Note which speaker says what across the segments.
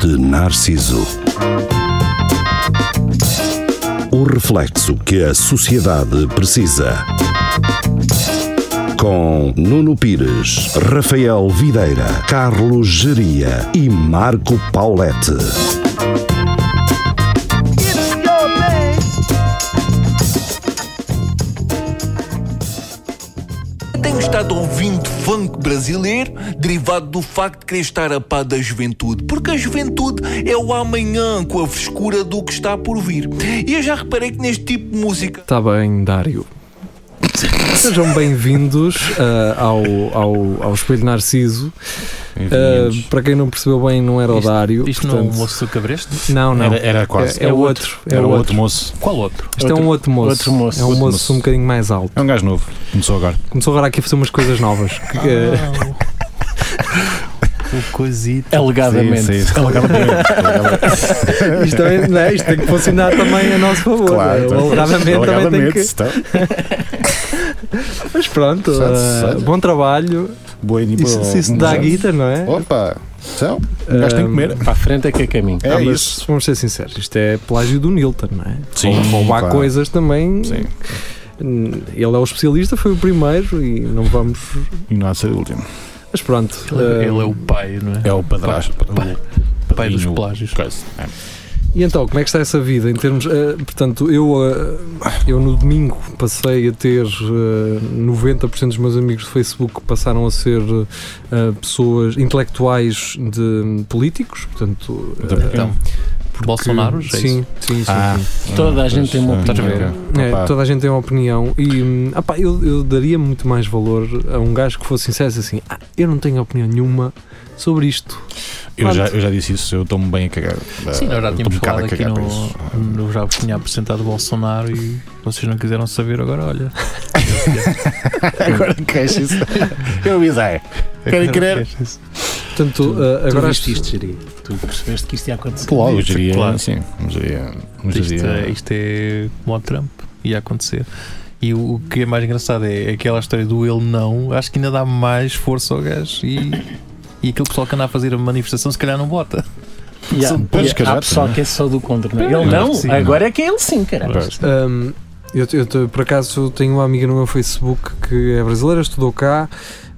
Speaker 1: de Narciso. O reflexo que a sociedade precisa. Com Nuno Pires, Rafael Videira, Carlos Geria e Marco Paulette.
Speaker 2: Tenho estado ouvindo funk brasileiro, derivado do facto de querer estar a par da juventude, porque a juventude é o amanhã com a frescura do que está por vir. E eu já reparei que neste tipo de música.
Speaker 3: Está Tá bem, Dário. Sejam bem-vindos ah, ao, ao, ao Espelho Narciso. Ah, para quem não percebeu bem, não era o
Speaker 4: Isto-
Speaker 3: Dário.
Speaker 4: Isto não é o
Speaker 3: portanto-
Speaker 4: moço do cabresto?
Speaker 3: não, não.
Speaker 5: Era, era quase.
Speaker 3: É, é o outro. É
Speaker 5: era
Speaker 3: o
Speaker 5: outro,
Speaker 3: outro.
Speaker 5: moço.
Speaker 4: Qual outro?
Speaker 3: Isto é um outro moço.
Speaker 5: outro moço.
Speaker 3: É um
Speaker 5: Outro
Speaker 3: moço,
Speaker 5: moço.
Speaker 3: um bocadinho mais alto.
Speaker 5: É um gajo novo. Começou agora.
Speaker 3: Começou agora aqui a fazer umas coisas novas. que- que-
Speaker 4: O coisito.
Speaker 5: Alegadamente. Sim, sim. Alegadamente.
Speaker 3: isto, também, não é? Isto tem que funcionar também a nosso favor. não é?
Speaker 5: então,
Speaker 3: O alegadamente também tem
Speaker 5: alegadamente,
Speaker 3: que.
Speaker 5: está.
Speaker 3: Mas pronto,
Speaker 6: Certo,
Speaker 3: ah,
Speaker 6: certo.
Speaker 3: bom trabalho.
Speaker 5: Boa e
Speaker 3: Isso,
Speaker 5: boa-
Speaker 3: se isso
Speaker 5: um
Speaker 3: dá
Speaker 5: bom-
Speaker 3: guita, não é?
Speaker 6: Opa! Então,
Speaker 5: Um gajo tem que
Speaker 3: Ah,
Speaker 5: comer.
Speaker 4: Para a frente é que é caminho.
Speaker 5: É
Speaker 3: Ah, mas
Speaker 5: isso.
Speaker 3: Vamos ser sinceros, isto é plágio do Nilton, não é?
Speaker 5: Sim,
Speaker 3: Ou, ou há
Speaker 6: claro.
Speaker 3: coisas também.
Speaker 5: Sim.
Speaker 3: Hum, Ele é o especialista, foi o primeiro e não vamos.
Speaker 5: E não há de ser o último.
Speaker 3: Mas pronto.
Speaker 4: Ele, é-
Speaker 3: eh,
Speaker 4: ele é o pai, não é?
Speaker 5: É o padrasto.
Speaker 4: Pai-
Speaker 7: É
Speaker 5: O
Speaker 4: pai dos
Speaker 5: padrinho,
Speaker 4: plágios.
Speaker 5: coisa.
Speaker 3: E então, como é que está essa vida em termos. eh, portanto, eu, eh, eu no domingo passei a ter eh, 90% dos meus amigos do Facebook passaram a ser eh, pessoas intelectuais de políticos, portanto.
Speaker 5: Então,
Speaker 3: eh,
Speaker 4: Então,
Speaker 3: porque-
Speaker 4: Bolsonaro, é
Speaker 3: sim, sim, sim,
Speaker 5: Ah,
Speaker 3: sim.
Speaker 4: Toda a gente tem uma
Speaker 5: pois,
Speaker 4: opinião.
Speaker 5: ah,
Speaker 3: É,
Speaker 5: Opa.
Speaker 3: toda a gente tem uma opinião e hum, ah pá, eu, eu daria muito mais valor a um gajo que fosse sincero e assim, "Ah, eu não tenho opinião nenhuma sobre isto.
Speaker 5: Eu já, eu já disse isso, eu estou-me bem a cagar.
Speaker 4: Sim, nós já
Speaker 5: Eu
Speaker 4: tínhamos
Speaker 5: estou-me um bocado
Speaker 4: falado
Speaker 5: a
Speaker 4: aqui
Speaker 5: cagar
Speaker 4: no.
Speaker 5: para isso.
Speaker 4: no- Eu já vos tinha apresentado o Bolsonaro e vocês não quiseram saber, agora olha.
Speaker 6: agora queixem-se.
Speaker 5: Eu avisei. Querem crer?
Speaker 3: Portanto, ah, agora as-
Speaker 4: Jeria. Tu percebeste que isto ia acontecer.
Speaker 5: Claro, eu diria.
Speaker 4: Claro.
Speaker 5: Sim, eu diria. eu
Speaker 4: Isto, é-
Speaker 5: diria-
Speaker 4: isto é como o Trump, ia acontecer. E o, o que é mais engraçado é aquela história do ele não, acho que ainda dá mais força ao gajo e, e aquele pessoal que anda a fazer a manifestação se calhar não vota.
Speaker 7: E há,
Speaker 5: Pois,
Speaker 7: e
Speaker 5: se
Speaker 7: há
Speaker 5: calhar,
Speaker 7: pessoal
Speaker 5: sim.
Speaker 7: que é só do contra, não é?
Speaker 4: Eu
Speaker 7: Ele não,
Speaker 4: acho que sim.
Speaker 7: agora é que é ele sim, caralho.
Speaker 5: Pois.
Speaker 3: Hum, eu, te- eu te- por acaso tenho uma amiga no meu Facebook que é brasileira, estudou cá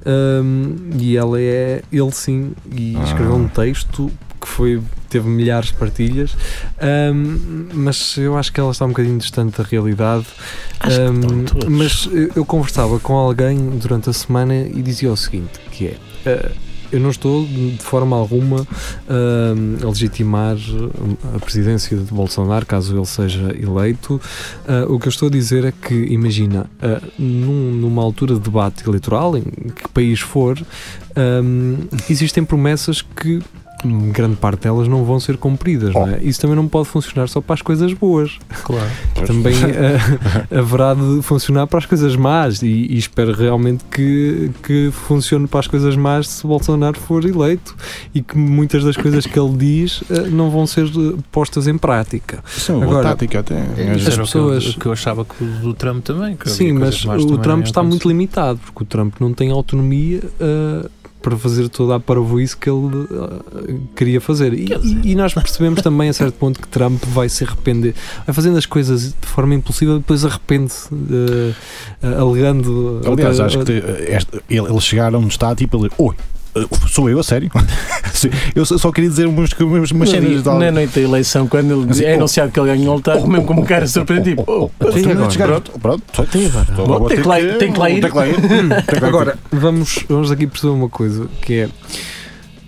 Speaker 3: hum, e ela é ele sim e
Speaker 5: Ah.
Speaker 3: escreveu um texto que foi teve milhares de partilhas, hum, mas eu acho que ela está um bocadinho distante da realidade.
Speaker 7: Acho que
Speaker 3: Hum,
Speaker 7: estão todos.
Speaker 3: mas eu, eu conversava com alguém durante a semana e dizia o seguinte, que é ah, eu não estou de forma alguma hum, a legitimar a presidência de Bolsonaro, caso ele seja eleito, ah, o que eu estou a dizer é que, imagina, ah, num- numa altura de debate eleitoral, em que país for, ahm, existem promessas que hum, grande parte delas não vão ser cumpridas. não é? Isso também não pode funcionar só para as coisas boas.
Speaker 4: Claro.
Speaker 3: Também ah, haverá de funcionar para as coisas más e, e espero realmente que, que funcione para as coisas más se Bolsonaro for eleito e que muitas das coisas que ele diz ah, não vão ser ah, postas em prática.
Speaker 5: Isso é uma boa
Speaker 3: Agora,
Speaker 5: tática até.
Speaker 4: Isso é
Speaker 3: as
Speaker 4: era o que eu- O
Speaker 3: pessoas-
Speaker 4: que, eu, achava que o do Trump também. que havia
Speaker 3: Sim, mas
Speaker 4: coisas más
Speaker 3: o
Speaker 4: também
Speaker 5: é
Speaker 3: Trump
Speaker 4: a
Speaker 3: está
Speaker 4: acontecer.
Speaker 3: muito limitado, porque o Trump não tem autonomia ah, para fazer toda a parvoíce que ele ah, queria fazer. E, e- e nós percebemos também a certo ponto que Trump vai se arrepender. Vai fazendo as coisas de forma impulsiva, depois arrepende-se, ah, ah, alegando.
Speaker 5: Aliás,
Speaker 3: outra-
Speaker 5: acho que eh, este- ele, ele chegaram onde está, tipo, ele, oi, eh, sou eu, a sério? Sim, eu só só queria dizer umas, umas, umas
Speaker 7: No
Speaker 5: cenas
Speaker 7: dia-
Speaker 5: de algo.
Speaker 4: é
Speaker 7: Na noite da eleição, quando ele
Speaker 5: Assim,
Speaker 7: é
Speaker 5: oh.
Speaker 7: anunciado que ele ganhou, ele está mesmo como um cara surpreendido. Oh,
Speaker 3: Até agora.
Speaker 5: Pronto, pronto.
Speaker 3: Até agora.
Speaker 5: Só
Speaker 7: Bom,
Speaker 5: vou
Speaker 7: tem
Speaker 5: ter
Speaker 7: que lá ir- tem que lá ir.
Speaker 5: Tem que lá ir. Tem que lá ir.
Speaker 3: Agora, vamos, vamos aqui perceber uma coisa, que é,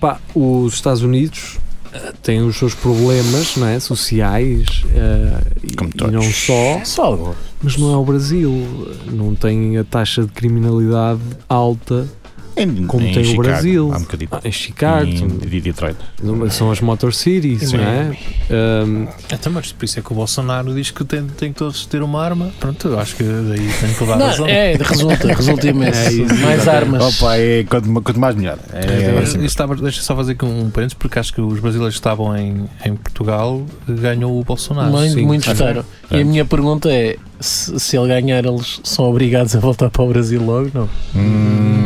Speaker 3: pá, os Estados Unidos eh, têm os seus problemas não é, sociais eh, e-
Speaker 5: Como
Speaker 3: e
Speaker 5: todos.
Speaker 3: não só,
Speaker 7: só algo.
Speaker 3: mas não é o Brasil, não tem a taxa de criminalidade alta
Speaker 5: Em-
Speaker 3: como
Speaker 5: em
Speaker 3: tem o
Speaker 5: Chicago,
Speaker 3: Brasil.
Speaker 5: Há um bocadinho.
Speaker 3: Ah, em Chicago,
Speaker 5: Em de Detroit.
Speaker 3: são as Motor Cities, não é? Ahm,
Speaker 4: Então, mas por isso é que o Bolsonaro diz que tem, tem que todos ter uma arma. Pronto, eu acho que daí tem que levar a razão.
Speaker 7: Não, é, resulta, resulta imenso.
Speaker 3: É isso,
Speaker 7: Mais armas.
Speaker 5: Opa, é quanto, ma- quanto mais melhor. É,
Speaker 4: Mas
Speaker 5: assim.
Speaker 4: isto estava- deixa eu só fazer aqui um parênteses, porque acho que os brasileiros que estavam em, em Portugal, ganhou o Bolsonaro.
Speaker 7: Muito,
Speaker 3: sim,
Speaker 7: muito
Speaker 3: sim.
Speaker 7: votaram. E a minha pergunta é: se, se ele ganhar, eles são obrigados a voltar para o Brasil logo? Não.
Speaker 5: Hum,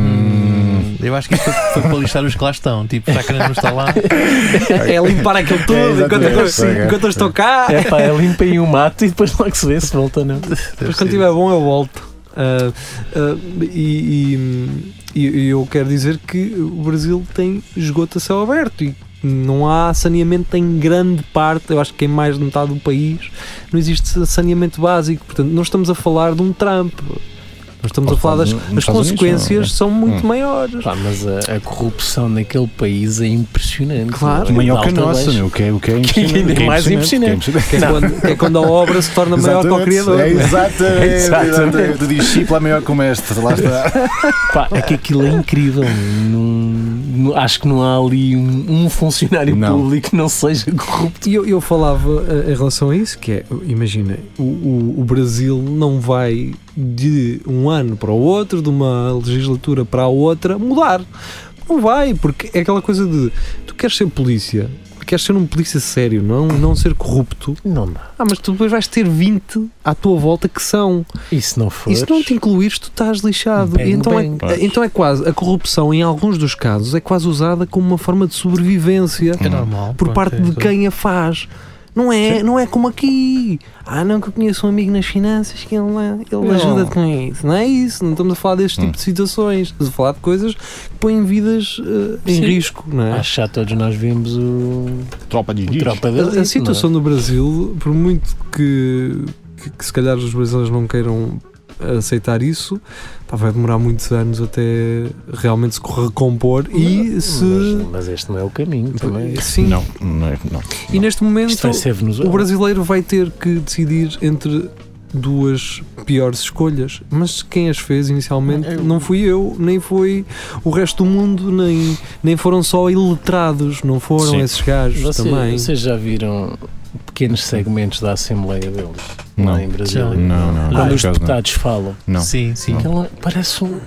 Speaker 4: Hum, Eu acho que isto foi, foi para lixar os que lá estão. Tipo, já querendo não estar lá.
Speaker 3: É limpar aquilo tudo
Speaker 5: É,
Speaker 3: enquanto,
Speaker 5: exatamente.
Speaker 3: eu, sim, enquanto eu estou cá.
Speaker 7: É pá, é limpem o mato e depois logo se vê se volta, não.
Speaker 4: Deve
Speaker 3: Mas quando
Speaker 4: ser.
Speaker 3: estiver bom eu volto. Ah, ah, e, e- e eu quero dizer que o Brasil tem esgoto a céu aberto e não há saneamento em grande parte, eu acho que em mais de metade do país não existe saneamento básico. Portanto, não estamos a falar de um Trump. Nós estamos
Speaker 5: Ou
Speaker 3: a falar das
Speaker 5: Estados Unidos,
Speaker 3: as consequências
Speaker 5: não é?
Speaker 3: são muito
Speaker 5: Hum.
Speaker 3: maiores.
Speaker 7: Pá, mas a, a corrupção naquele país é impressionante.
Speaker 3: Claro.
Speaker 5: Maior que a
Speaker 7: Alta
Speaker 5: nossa,
Speaker 7: baixa.
Speaker 5: meu, o que é, o que é
Speaker 7: Que ainda é
Speaker 5: impressionante, o que é
Speaker 7: mais impressionante.
Speaker 3: Que é, quando, que é quando a obra se torna maior que o criador.
Speaker 5: É exatamente,
Speaker 7: Exatamente.
Speaker 5: exatamente. Do discípulo é maior que o mestre. Lá está.
Speaker 7: Pá, é que aquilo é incrível. Não, não- acho que não há ali um, um funcionário
Speaker 5: Não.
Speaker 7: público que não seja corrupto.
Speaker 3: E eu, eu falava eh, em relação a isso, que é, imagina, o, o- o Brasil não vai de um ano para o outro, de uma legislatura para a outra, mudar. Não vai, porque é aquela coisa de tu queres ser polícia, queres ser um polícia sério, não, não ser corrupto.
Speaker 7: Não dá.
Speaker 3: Ah, mas tu depois vais ter 20 à tua volta que são.
Speaker 7: E se não
Speaker 3: E
Speaker 7: for.
Speaker 3: se não te incluís, tu estás lixado.
Speaker 7: Bang,
Speaker 3: E então,
Speaker 7: bang.
Speaker 3: é, então é quase, a corrupção em alguns dos casos é quase usada como uma forma de sobrevivência
Speaker 4: É normal.
Speaker 3: por
Speaker 4: pronto,
Speaker 3: parte
Speaker 4: é
Speaker 3: de
Speaker 4: tudo.
Speaker 3: quem a faz. Não é, não é como aqui. Ah, não, que eu conheço um amigo nas finanças que ele, ele ajuda-te com isso. Não é isso. Não estamos a falar deste
Speaker 7: Hum.
Speaker 3: tipo de situações. Estamos a falar de coisas que põem vidas eh, em
Speaker 7: Sim.
Speaker 3: risco. Não é?
Speaker 7: Acho que já todos nós vimos o,
Speaker 5: Tropa de
Speaker 7: o Tropa da
Speaker 3: A-
Speaker 5: Assim,
Speaker 7: Elite,
Speaker 3: A,
Speaker 7: não é?
Speaker 3: situação do Brasil, por muito que, que, que se calhar os brasileiros não queiram aceitar isso, pá, vai demorar muitos anos até realmente se recompor e se. Então,
Speaker 7: Mas, mas este não é o caminho também.
Speaker 3: Sim.
Speaker 5: Não, não é. Não.
Speaker 3: E neste momento.
Speaker 7: Isto vai ser Venezuela.
Speaker 3: então, O brasileiro vai ter que decidir entre duas piores escolhas, mas quem as fez inicialmente não fui eu, nem foi o resto do mundo, nem, nem foram só iletrados, não foram
Speaker 5: Sim.
Speaker 3: esses gajos
Speaker 7: Vocês-
Speaker 3: também.
Speaker 7: Vocês já viram pequenos segmentos da Assembleia deles?
Speaker 5: Não. é
Speaker 7: Lá em Brasília.
Speaker 5: Não,
Speaker 4: Não.
Speaker 5: não.
Speaker 7: Quando
Speaker 5: por
Speaker 7: os
Speaker 5: acaso não.
Speaker 7: deputados falam.
Speaker 5: Não.
Speaker 4: Sim, sim.
Speaker 5: Não.
Speaker 7: aquilo parece um.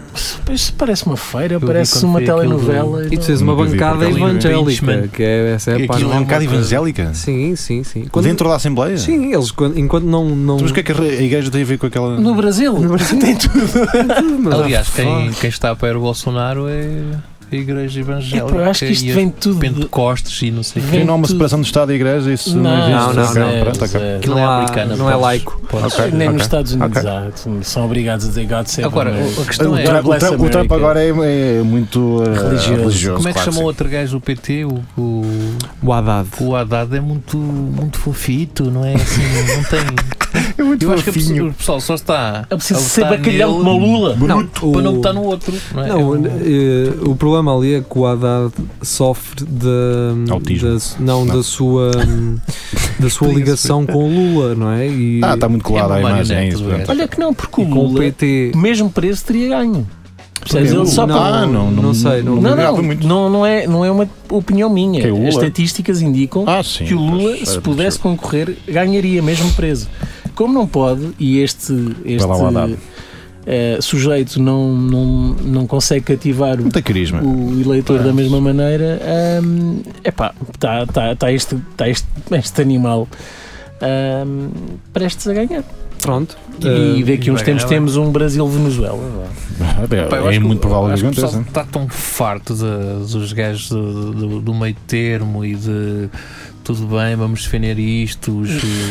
Speaker 7: Isso parece uma feira,
Speaker 4: vi
Speaker 7: parece
Speaker 4: quando
Speaker 7: uma
Speaker 4: vi aquilo do-
Speaker 7: telenovela.
Speaker 3: E tu tens
Speaker 7: não-
Speaker 3: uma
Speaker 5: Nunca vi,
Speaker 3: bancada
Speaker 5: porque
Speaker 4: ali no
Speaker 3: evangélica,
Speaker 4: impeachment-
Speaker 3: que é essa é a
Speaker 4: Aquilo
Speaker 3: parte.
Speaker 5: Aquilo é um bocado
Speaker 4: uma coisa-
Speaker 5: evangélica?
Speaker 3: eh, Sim, sim, sim. Quando-
Speaker 5: Dentro da Assembleia?
Speaker 3: Sim, eles quando- enquanto não. não
Speaker 5: Mas o que é que a igreja tem a ver com aquela.
Speaker 7: No Brasil?
Speaker 3: No Brasil.
Speaker 7: Tem tudo.
Speaker 3: mas-
Speaker 4: Aliás,
Speaker 7: Ah,
Speaker 4: quem, quem está para o Bolsonaro é a Igreja Evangélica.
Speaker 7: Eu acho que isto
Speaker 4: e
Speaker 7: vem tudo. de-
Speaker 4: Pentecostes e não sei o
Speaker 5: Tem
Speaker 4: quê.
Speaker 7: Vem-
Speaker 5: não há uma
Speaker 7: tu-
Speaker 5: separação do Estado e igreja? Isso não,
Speaker 7: Não,
Speaker 5: existe.
Speaker 3: não, não,
Speaker 5: Ok,
Speaker 3: não.
Speaker 5: pronto, ok.
Speaker 7: zero.
Speaker 4: Aquilo
Speaker 3: não
Speaker 4: é
Speaker 3: há- não
Speaker 4: americana.
Speaker 3: é
Speaker 4: podes-
Speaker 3: laico.
Speaker 4: podes-
Speaker 5: Ok,
Speaker 7: Nem
Speaker 5: ok,
Speaker 7: nos Estados Unidos
Speaker 5: ok.
Speaker 7: há, são obrigados a dizer God save
Speaker 4: Agora,
Speaker 7: America.
Speaker 4: o- a questão
Speaker 5: O
Speaker 4: é.
Speaker 7: God
Speaker 5: Trump- O
Speaker 7: bless
Speaker 5: Trump, o Trump
Speaker 7: America.
Speaker 5: agora é, é muito eh,
Speaker 7: Religioso.
Speaker 5: religioso.
Speaker 4: Como é que
Speaker 5: claro
Speaker 4: chamou
Speaker 5: sim.
Speaker 4: outro gajo o PT? O, o,
Speaker 3: O Haddad.
Speaker 4: o Haddad é muito, muito fofito, não é assim? Não tem.
Speaker 5: É muito
Speaker 4: Eu acho que a pessoa-
Speaker 5: fofinho.
Speaker 4: o pessoal só está.
Speaker 7: É preciso
Speaker 4: a
Speaker 7: ser
Speaker 4: votar
Speaker 7: bacalhau
Speaker 4: nele
Speaker 7: como a Lula.
Speaker 3: Bruto.
Speaker 4: Para não botar no outro. Não, é?
Speaker 3: Não,
Speaker 4: Eu-
Speaker 3: eh, o problema ali é que o Haddad sofre da,
Speaker 5: Autismo.
Speaker 3: da su- não, da sua hum, da sua ligação com o Lula, não é? E,
Speaker 5: Ah, está muito colado
Speaker 4: É
Speaker 5: à
Speaker 4: uma
Speaker 5: imagem, é
Speaker 4: marionete,
Speaker 5: isso.
Speaker 4: do
Speaker 5: pronto.
Speaker 4: gajo.
Speaker 7: Olha que não, porque
Speaker 3: e
Speaker 7: o
Speaker 3: com o
Speaker 7: Lula,
Speaker 3: PT.
Speaker 7: o mesmo preço, teria ganho. Percebes?
Speaker 5: Porque
Speaker 7: Ele só
Speaker 5: não-
Speaker 7: paga-
Speaker 5: Ah, não, não-
Speaker 3: não sei, não,
Speaker 5: não-
Speaker 7: Não,
Speaker 5: grava
Speaker 7: não,
Speaker 5: muito.
Speaker 7: não, não, é, não é uma opinião minha.
Speaker 5: Que é o Lula.
Speaker 7: As estatísticas indicam
Speaker 5: Ah, sim.
Speaker 7: que o Lula,
Speaker 5: pois,
Speaker 7: se
Speaker 5: era
Speaker 7: pudesse concorrer, ganharia mesmo preso. Como não pode, e este, este
Speaker 5: lá o Haddad.
Speaker 7: eh, sujeito não, não, não consegue cativar o,
Speaker 5: Não tem carisma.
Speaker 7: o eleitor da mesma maneira, hum, epá, está tá, tá este, tá este, este animal hum, prestes a ganhar.
Speaker 3: Pronto.
Speaker 7: E
Speaker 3: eh,
Speaker 7: daqui a uns
Speaker 4: vai
Speaker 7: tempos
Speaker 4: ganhar,
Speaker 7: temos um Brasil-Venezuela.
Speaker 4: Pá, eu
Speaker 5: É,
Speaker 4: acho
Speaker 5: é
Speaker 4: que-
Speaker 5: muito provável
Speaker 4: acho
Speaker 5: que
Speaker 4: o pessoal
Speaker 5: aconteça.
Speaker 4: Está tão farto de- dos gajos de- do, do meio termo e de tudo bem, vamos defender isto, os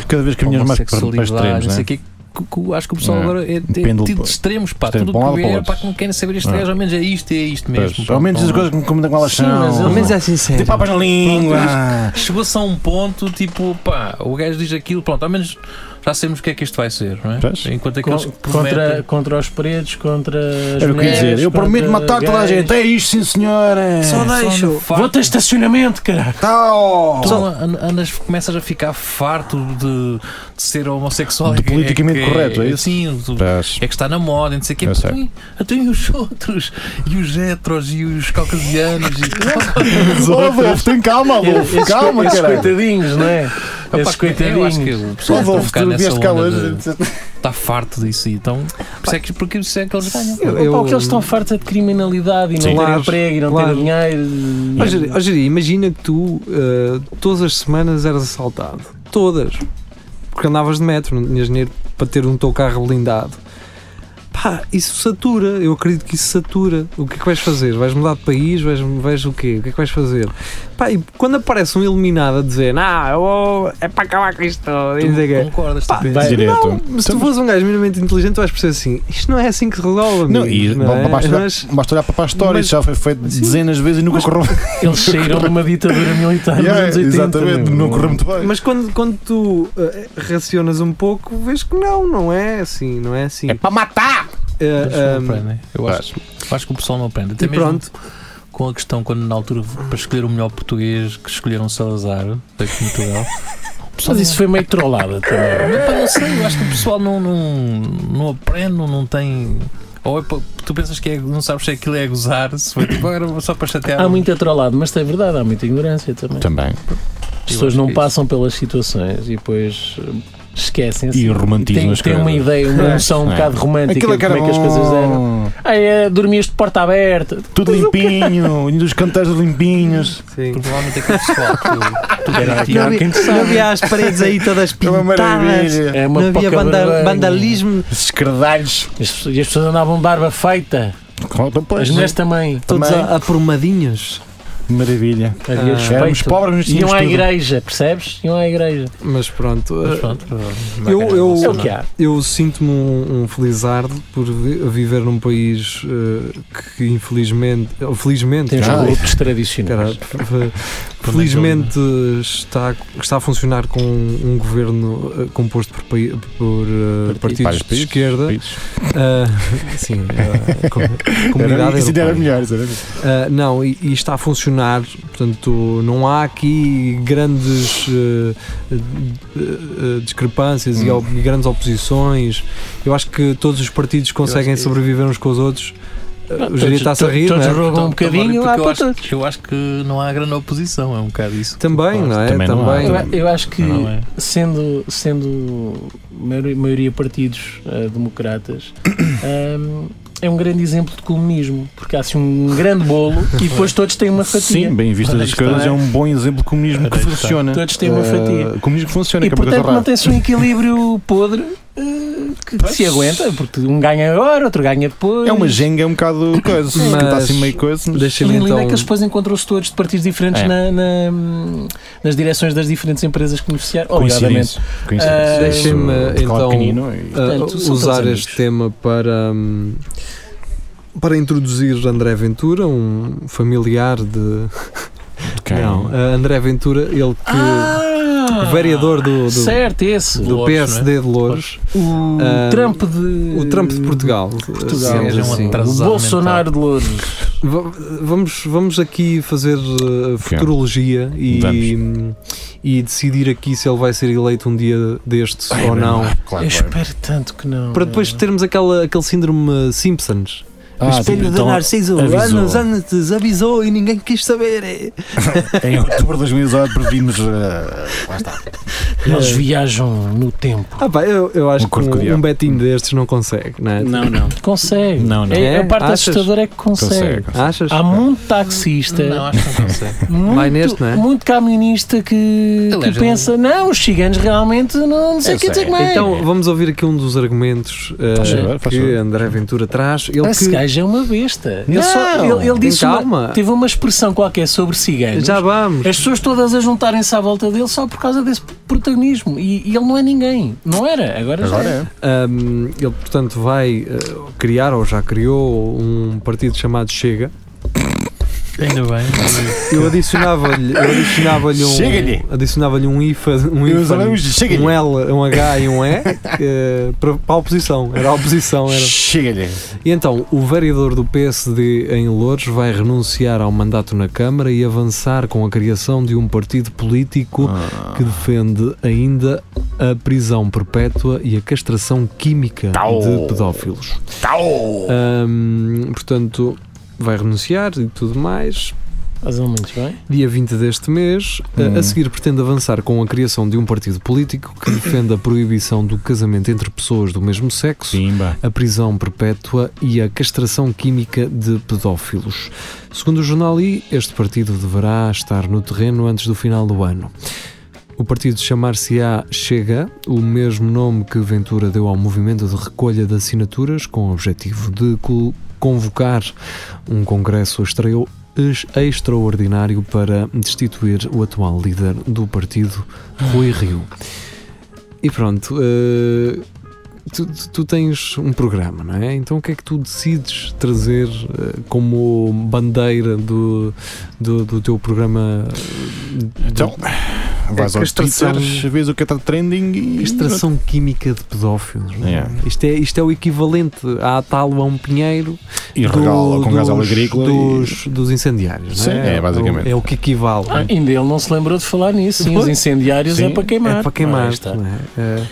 Speaker 5: Cada vez caminhas mais para para
Speaker 4: homossexualidades,
Speaker 5: extremos,
Speaker 4: não
Speaker 5: né?
Speaker 4: sei o quê. que- que- Acho que o pessoal
Speaker 5: É.
Speaker 4: agora é, é
Speaker 5: Pêndulo
Speaker 4: tido
Speaker 5: para-
Speaker 4: de extremos, pá.
Speaker 5: extremo
Speaker 4: Tudo
Speaker 5: para um
Speaker 4: o
Speaker 5: lado
Speaker 4: que
Speaker 5: para o
Speaker 4: vier,
Speaker 5: outro.
Speaker 4: pá, que não querem saber este
Speaker 5: É.
Speaker 4: gajo, ao menos é isto e é isto
Speaker 5: né? Pois,
Speaker 4: mesmo.
Speaker 5: Ao
Speaker 4: pronto,
Speaker 5: menos as
Speaker 4: não-
Speaker 5: coisas que me comem com elas
Speaker 7: Sim, mas
Speaker 5: são.
Speaker 7: ao
Speaker 3: Mas é sincero.
Speaker 5: Tem Tipo
Speaker 7: Tipo,
Speaker 5: papas na língua.
Speaker 4: Chegou-se a um ponto, tipo, pá, o gajo diz aquilo, pronto, ao menos já sabemos o que é que isto vai ser, não é?
Speaker 5: Pois.
Speaker 4: Enquanto
Speaker 7: Con-
Speaker 4: aqueles que
Speaker 7: Contra,
Speaker 4: prometem.
Speaker 7: contra os pretos, contra as
Speaker 5: Era o que eu ia
Speaker 7: mulheres,
Speaker 5: dizer. Eu
Speaker 7: contra
Speaker 5: prometo matar toda a
Speaker 7: gays.
Speaker 5: gente. É isto, sim,
Speaker 4: É,
Speaker 5: senhora.
Speaker 3: Só deixo.
Speaker 7: Vou ter estacionamento, caralho.
Speaker 5: Tal.
Speaker 4: Tu an- andas, começas a ficar farto de, de ser homossexual.
Speaker 5: De
Speaker 4: É que-
Speaker 5: politicamente
Speaker 4: que
Speaker 5: correto, é isso?
Speaker 4: Sim, do-
Speaker 5: Pois.
Speaker 4: é que está na moda, e não sei o quê.
Speaker 5: Eu sei.
Speaker 4: Até, até e os outros, e os héteros, e os caucasianos, e tal.
Speaker 5: Oh, Adolfo, tem calma, Adolfo. Calma,
Speaker 7: esses
Speaker 5: caralho.
Speaker 7: coitadinhos, não é?
Speaker 4: Epá,
Speaker 7: Esses
Speaker 4: eu acho que
Speaker 7: coitadinhos.
Speaker 4: o pessoal está um
Speaker 5: Adolfo,
Speaker 4: bocado
Speaker 5: tu
Speaker 4: nessa
Speaker 5: vieste cá hoje.
Speaker 4: onda de- Está farto disso, e então, por isso é que, porque isso é que eles ganham.
Speaker 3: Eu-
Speaker 7: Opa, o que eles estão fartos é de criminalidade e não
Speaker 5: Sim.
Speaker 7: terem
Speaker 3: Claro,
Speaker 7: emprego e não
Speaker 3: claro.
Speaker 7: terem dinheiro.
Speaker 3: Ó, Jeri- ó, Jeri, imagina que tu eh, todas as semanas eras assaltado. Todas. Porque andavas de metro, não tinhas dinheiro para ter um teu carro blindado. Pá, Pá, isso satura, eu acredito que isso satura. O que é que vais fazer? Vais mudar de país? Vais, vais o quê? O que é que vais fazer? Pá, e quando aparece um eliminado a dizer, ah, oh, é para acabar com isto, e não sei o quê.
Speaker 4: Concordas?
Speaker 3: é Pá,
Speaker 4: tipo,
Speaker 5: vai-
Speaker 4: é-
Speaker 5: Direto. Então,
Speaker 3: Não, mas se tu fores um gajo minimamente inteligente, tu vais perceber assim: isto não é assim que se resolve.
Speaker 5: Não,
Speaker 3: amigo",
Speaker 5: e
Speaker 3: não é?
Speaker 5: basta, olhar-
Speaker 3: Mas-
Speaker 5: basta olhar para a história,
Speaker 3: mas-
Speaker 5: isso já foi feito dezenas de vezes e nunca correu.
Speaker 7: Eles saíram de uma ditadura militar nos
Speaker 5: Yeah,
Speaker 7: anos 80.
Speaker 5: exatamente,
Speaker 7: meu.
Speaker 5: não correu muito bem.
Speaker 3: Mas quando, quando tu eh, racionas um pouco, vês que não, não é assim, não é assim.
Speaker 5: para matar!
Speaker 3: Eh,
Speaker 4: Eles não
Speaker 3: ehm,
Speaker 4: aprendem. Eu acho, acho que o pessoal não aprende. Até
Speaker 3: e
Speaker 4: mesmo
Speaker 3: pronto,
Speaker 4: com a questão, quando na altura, para escolher o melhor português, que escolheram Salazar, daqui de Portugal. o pessoal
Speaker 7: Mas isso foi meio trollada também.
Speaker 4: Mas, É, pá, não sei, eu acho que o pessoal não, não, não aprende, não- não tem. Ou é, pa- tu pensas que é, não sabes se aquilo é gozar, se foi tipo, era só para chatear.
Speaker 7: Há muita trollada, mas é verdade, há muita ignorância também.
Speaker 5: Também.
Speaker 7: As
Speaker 4: Eu
Speaker 7: pessoas
Speaker 4: acho que
Speaker 7: não
Speaker 4: é
Speaker 7: passam pelas situações e depois eh, esquecem-se.
Speaker 5: E romantizam
Speaker 7: Tem,
Speaker 5: as
Speaker 7: tem
Speaker 5: coisas.
Speaker 7: uma ideia, uma
Speaker 3: É.
Speaker 7: noção um
Speaker 5: É.
Speaker 7: bocado romântica
Speaker 5: Aquilo é
Speaker 7: de como é que as coisas eram.
Speaker 5: bom,
Speaker 7: Ah, é, dormias de porta aberta.
Speaker 5: Tudo limpinho, e dos canteiros limpinhos.
Speaker 3: sim.
Speaker 4: Provavelmente aquele pessoal que tu
Speaker 5: Ah,
Speaker 7: E há quem te
Speaker 3: Não
Speaker 7: sabe.
Speaker 3: havia as paredes aí todas
Speaker 5: É uma
Speaker 3: pintadas.
Speaker 5: maravilha.
Speaker 7: É
Speaker 3: Não
Speaker 7: uma
Speaker 3: havia
Speaker 7: poca
Speaker 3: vanda-
Speaker 7: barbanha.
Speaker 3: vandalismo,
Speaker 5: Esses cardalhos.
Speaker 7: As pessoas- E as pessoas andavam de barba feita. As
Speaker 5: Pois,
Speaker 7: mulheres também.
Speaker 3: todos
Speaker 5: Também.
Speaker 3: a- aprumadinhos.
Speaker 5: Maravilha.
Speaker 7: Havia
Speaker 3: Ah.
Speaker 5: Éramos
Speaker 7: respeito.
Speaker 5: pobres, mas tínhamos
Speaker 7: Iam à
Speaker 5: tudo.
Speaker 7: igreja, percebes? Iam à igreja.
Speaker 3: Mas pronto,
Speaker 4: Mas
Speaker 3: eh,
Speaker 4: pronto,
Speaker 3: Eu- eu-
Speaker 7: É o
Speaker 4: um
Speaker 7: que há.
Speaker 3: eu sinto-me um, um felizardo por vi- viver num país eh, que infelizmente, ou felizmente,
Speaker 7: Temos
Speaker 5: Ah,
Speaker 7: grupos
Speaker 3: Cara,
Speaker 7: tradicionais.
Speaker 3: f- f- felizmente está, está a funcionar com um governo eh, composto por, pai- por, eh, partidos,
Speaker 5: Vários
Speaker 3: de
Speaker 5: países,
Speaker 3: esquerda.
Speaker 5: países.
Speaker 3: Ah, sim, ah, com- comunidade
Speaker 5: Era, isso ainda era
Speaker 3: europeia.
Speaker 5: melhor. isso era melhor.
Speaker 3: Ah, não, e, e está a funcionar, portanto, não há aqui grandes eh, eh, eh, discrepâncias
Speaker 7: Hum.
Speaker 3: e op- e grandes oposições. Eu acho que todos os partidos conseguem
Speaker 4: que-
Speaker 3: sobreviver uns com os outros. Ah, O Júlio
Speaker 7: Todos-
Speaker 3: está-se a rir,
Speaker 7: Todos
Speaker 3: não é?
Speaker 7: roubam um
Speaker 4: Então, agora,
Speaker 7: bocadinho, há
Speaker 4: porque eu
Speaker 7: para
Speaker 4: acho,
Speaker 7: todos.
Speaker 4: eu acho que não há grande oposição, é um bocado isso. que tu
Speaker 3: Também,
Speaker 4: falaste.
Speaker 3: não é?
Speaker 5: Também não há,
Speaker 3: Também.
Speaker 5: também.
Speaker 7: Eu, eu acho que,
Speaker 4: Não é?
Speaker 7: sendo, sendo maioria, maioria partidos eh, democratas, ehm, é um grande exemplo de comunismo, porque há assim um grande bolo e depois todos têm uma fatia.
Speaker 5: Sim, bem vistas
Speaker 4: Ora,
Speaker 5: as
Speaker 4: isto
Speaker 5: coisas,
Speaker 4: é.
Speaker 5: é um bom exemplo de comunismo que
Speaker 4: Ora, isto é.
Speaker 5: funciona.
Speaker 7: Todos têm uma
Speaker 5: Eh,
Speaker 7: fatia.
Speaker 5: Comunismo que funciona,
Speaker 7: E
Speaker 5: que é uma coisa
Speaker 7: portanto
Speaker 5: rara.
Speaker 7: mantém-se um equilíbrio podre eh, que, que se aguenta, porque um ganha agora, outro ganha depois.
Speaker 5: É uma jenga um bocado coisa. que
Speaker 3: Mas-
Speaker 5: Está assim meio coisa. mas-
Speaker 3: Deixa-me
Speaker 7: E
Speaker 3: então.
Speaker 7: ainda é que eles depois encontram-se todos de partidos diferentes
Speaker 5: É.
Speaker 7: na- na- nas direções das diferentes empresas que beneficiaram. Obrigadamente.
Speaker 5: Coincidência.
Speaker 7: Ah,
Speaker 3: deixem-me, então,
Speaker 5: então.
Speaker 3: Uh,
Speaker 7: Portanto, são
Speaker 3: usar
Speaker 7: todos
Speaker 3: este
Speaker 7: amigos.
Speaker 3: tema para, hum, para introduzir André Ventura, um familiar de. Não, uh, André Ventura, ele que.
Speaker 7: Ah,
Speaker 3: vereador do- do-
Speaker 7: certo, esse.
Speaker 3: do
Speaker 4: Louros,
Speaker 5: é?
Speaker 3: PSD de Louros,
Speaker 7: o
Speaker 3: Ah,
Speaker 7: Trump de.
Speaker 3: o Trump de Portugal.
Speaker 7: Portugal.
Speaker 3: digamos
Speaker 4: Ele é um
Speaker 3: assim.
Speaker 4: atrasado.
Speaker 7: O
Speaker 4: Atrasado
Speaker 7: Bolsonaro de Louros.
Speaker 3: Va- Vamos, vamos aqui fazer uh, futurologia e, e decidir aqui se ele vai ser eleito um dia destes ou não.
Speaker 7: Eu espero tanto que não.
Speaker 3: Para depois termos aquela, aquele síndrome Simpsons.
Speaker 5: Ah, sim, então,
Speaker 3: Narciso,
Speaker 5: avisou.
Speaker 3: antes avisou e ninguém quis saber.
Speaker 5: então, Em outubro de 2018 previmos. ah, lá está.
Speaker 7: Eles viajam no tempo.
Speaker 3: Ah, pá, eu, eu acho
Speaker 5: Um
Speaker 3: que
Speaker 5: corpo de
Speaker 3: um,
Speaker 5: diabo.
Speaker 3: um betinho destes não consegue, não é?
Speaker 7: não. Consegue.
Speaker 5: Não, não.
Speaker 7: É, a parte
Speaker 3: Achas?
Speaker 7: assustadora é que consegue.
Speaker 5: Consegue.
Speaker 3: Achas?
Speaker 7: Há muito
Speaker 4: Não,
Speaker 7: taxista,
Speaker 4: acho que não consegue.
Speaker 7: muito,
Speaker 3: Vai neste, não é?
Speaker 7: muito camionista que, que
Speaker 4: Aliás,
Speaker 7: pensa, não, os ciganos realmente não, não sei o
Speaker 5: Eu
Speaker 7: que dizer
Speaker 5: sei.
Speaker 7: mais.
Speaker 3: Então vamos ouvir aqui um dos argumentos eh,
Speaker 5: Faz favor, faz
Speaker 3: que
Speaker 5: favor.
Speaker 3: André Ventura traz. Ele
Speaker 7: esse
Speaker 3: que
Speaker 7: gajo é uma besta. Ele,
Speaker 5: Não,
Speaker 7: só, ele, ele
Speaker 3: tem
Speaker 7: disse uma-
Speaker 3: calma.
Speaker 7: teve uma expressão qualquer sobre ciganos.
Speaker 3: Já vamos.
Speaker 7: As pessoas todas a juntarem-se à volta dele só por causa desse protagonismo. E, e ele não é ninguém. Não era, agora,
Speaker 5: Agora
Speaker 7: já é.
Speaker 5: é.
Speaker 3: Ahm, ele, portanto, vai eh, criar ou já criou um partido chamado Chega.
Speaker 4: Ainda bem.
Speaker 3: Eu adicionava-lhe eu adicionava-lhe
Speaker 5: Chega-lhe.
Speaker 3: um, adicionava um IFA, um,
Speaker 5: Eu
Speaker 3: IFA,
Speaker 5: usava um chega-lhe.
Speaker 3: um L, um H e um E eh, para, para a oposição. Era a oposição. Era.
Speaker 5: Chega-lhe.
Speaker 3: E então, o vereador do PSD em Lourdes vai renunciar ao mandato na Câmara e avançar com a criação de um partido político que defende ainda a prisão perpétua e a castração química de pedófilos. Ahm, portanto, vai renunciar e tudo mais.
Speaker 7: Mais ou menos, bem.
Speaker 3: Dia 20 deste mês, a- a seguir pretende avançar com a criação de um partido político que defenda a proibição do casamento entre pessoas do mesmo sexo
Speaker 5: Simba.
Speaker 3: a prisão perpétua e a castração química de pedófilos. Segundo o jornal I, este partido deverá estar no terreno antes do final do ano. O partido chamar-se-á Chega, o mesmo nome que Ventura deu ao movimento de recolha de assinaturas, com o objetivo de co- convocar um congresso extraio- ex- extraordinário para destituir o atual líder do partido, Rui
Speaker 5: Ah.
Speaker 3: Rio. E pronto, eh, tu, tu- tu tens um programa, não é? Então o que é que tu decides trazer eh, como bandeira do, do, do teu programa? eh, do-
Speaker 5: Então, vais
Speaker 3: É
Speaker 5: aos
Speaker 3: castração-
Speaker 5: Twitters, vês o que está trending e.
Speaker 3: Extração química de pedófilos. não é?
Speaker 5: Yeah.
Speaker 3: Isto, é, isto é o equivalente a atalho a um pinheiro
Speaker 5: E
Speaker 3: do-
Speaker 5: regala com gás
Speaker 3: dos-
Speaker 5: agrícola. e-
Speaker 3: dos, dos incendiários. não
Speaker 5: Sim,
Speaker 3: é,
Speaker 5: é, basicamente.
Speaker 3: É o que equivale.
Speaker 7: Ah, ainda ele não se lembrou de falar nisso. Sim, os incendiários
Speaker 5: Sim,
Speaker 7: é para
Speaker 3: é
Speaker 7: queimar.
Speaker 3: para
Speaker 7: Ah,
Speaker 3: queimar.
Speaker 7: aí está.
Speaker 3: não é? É.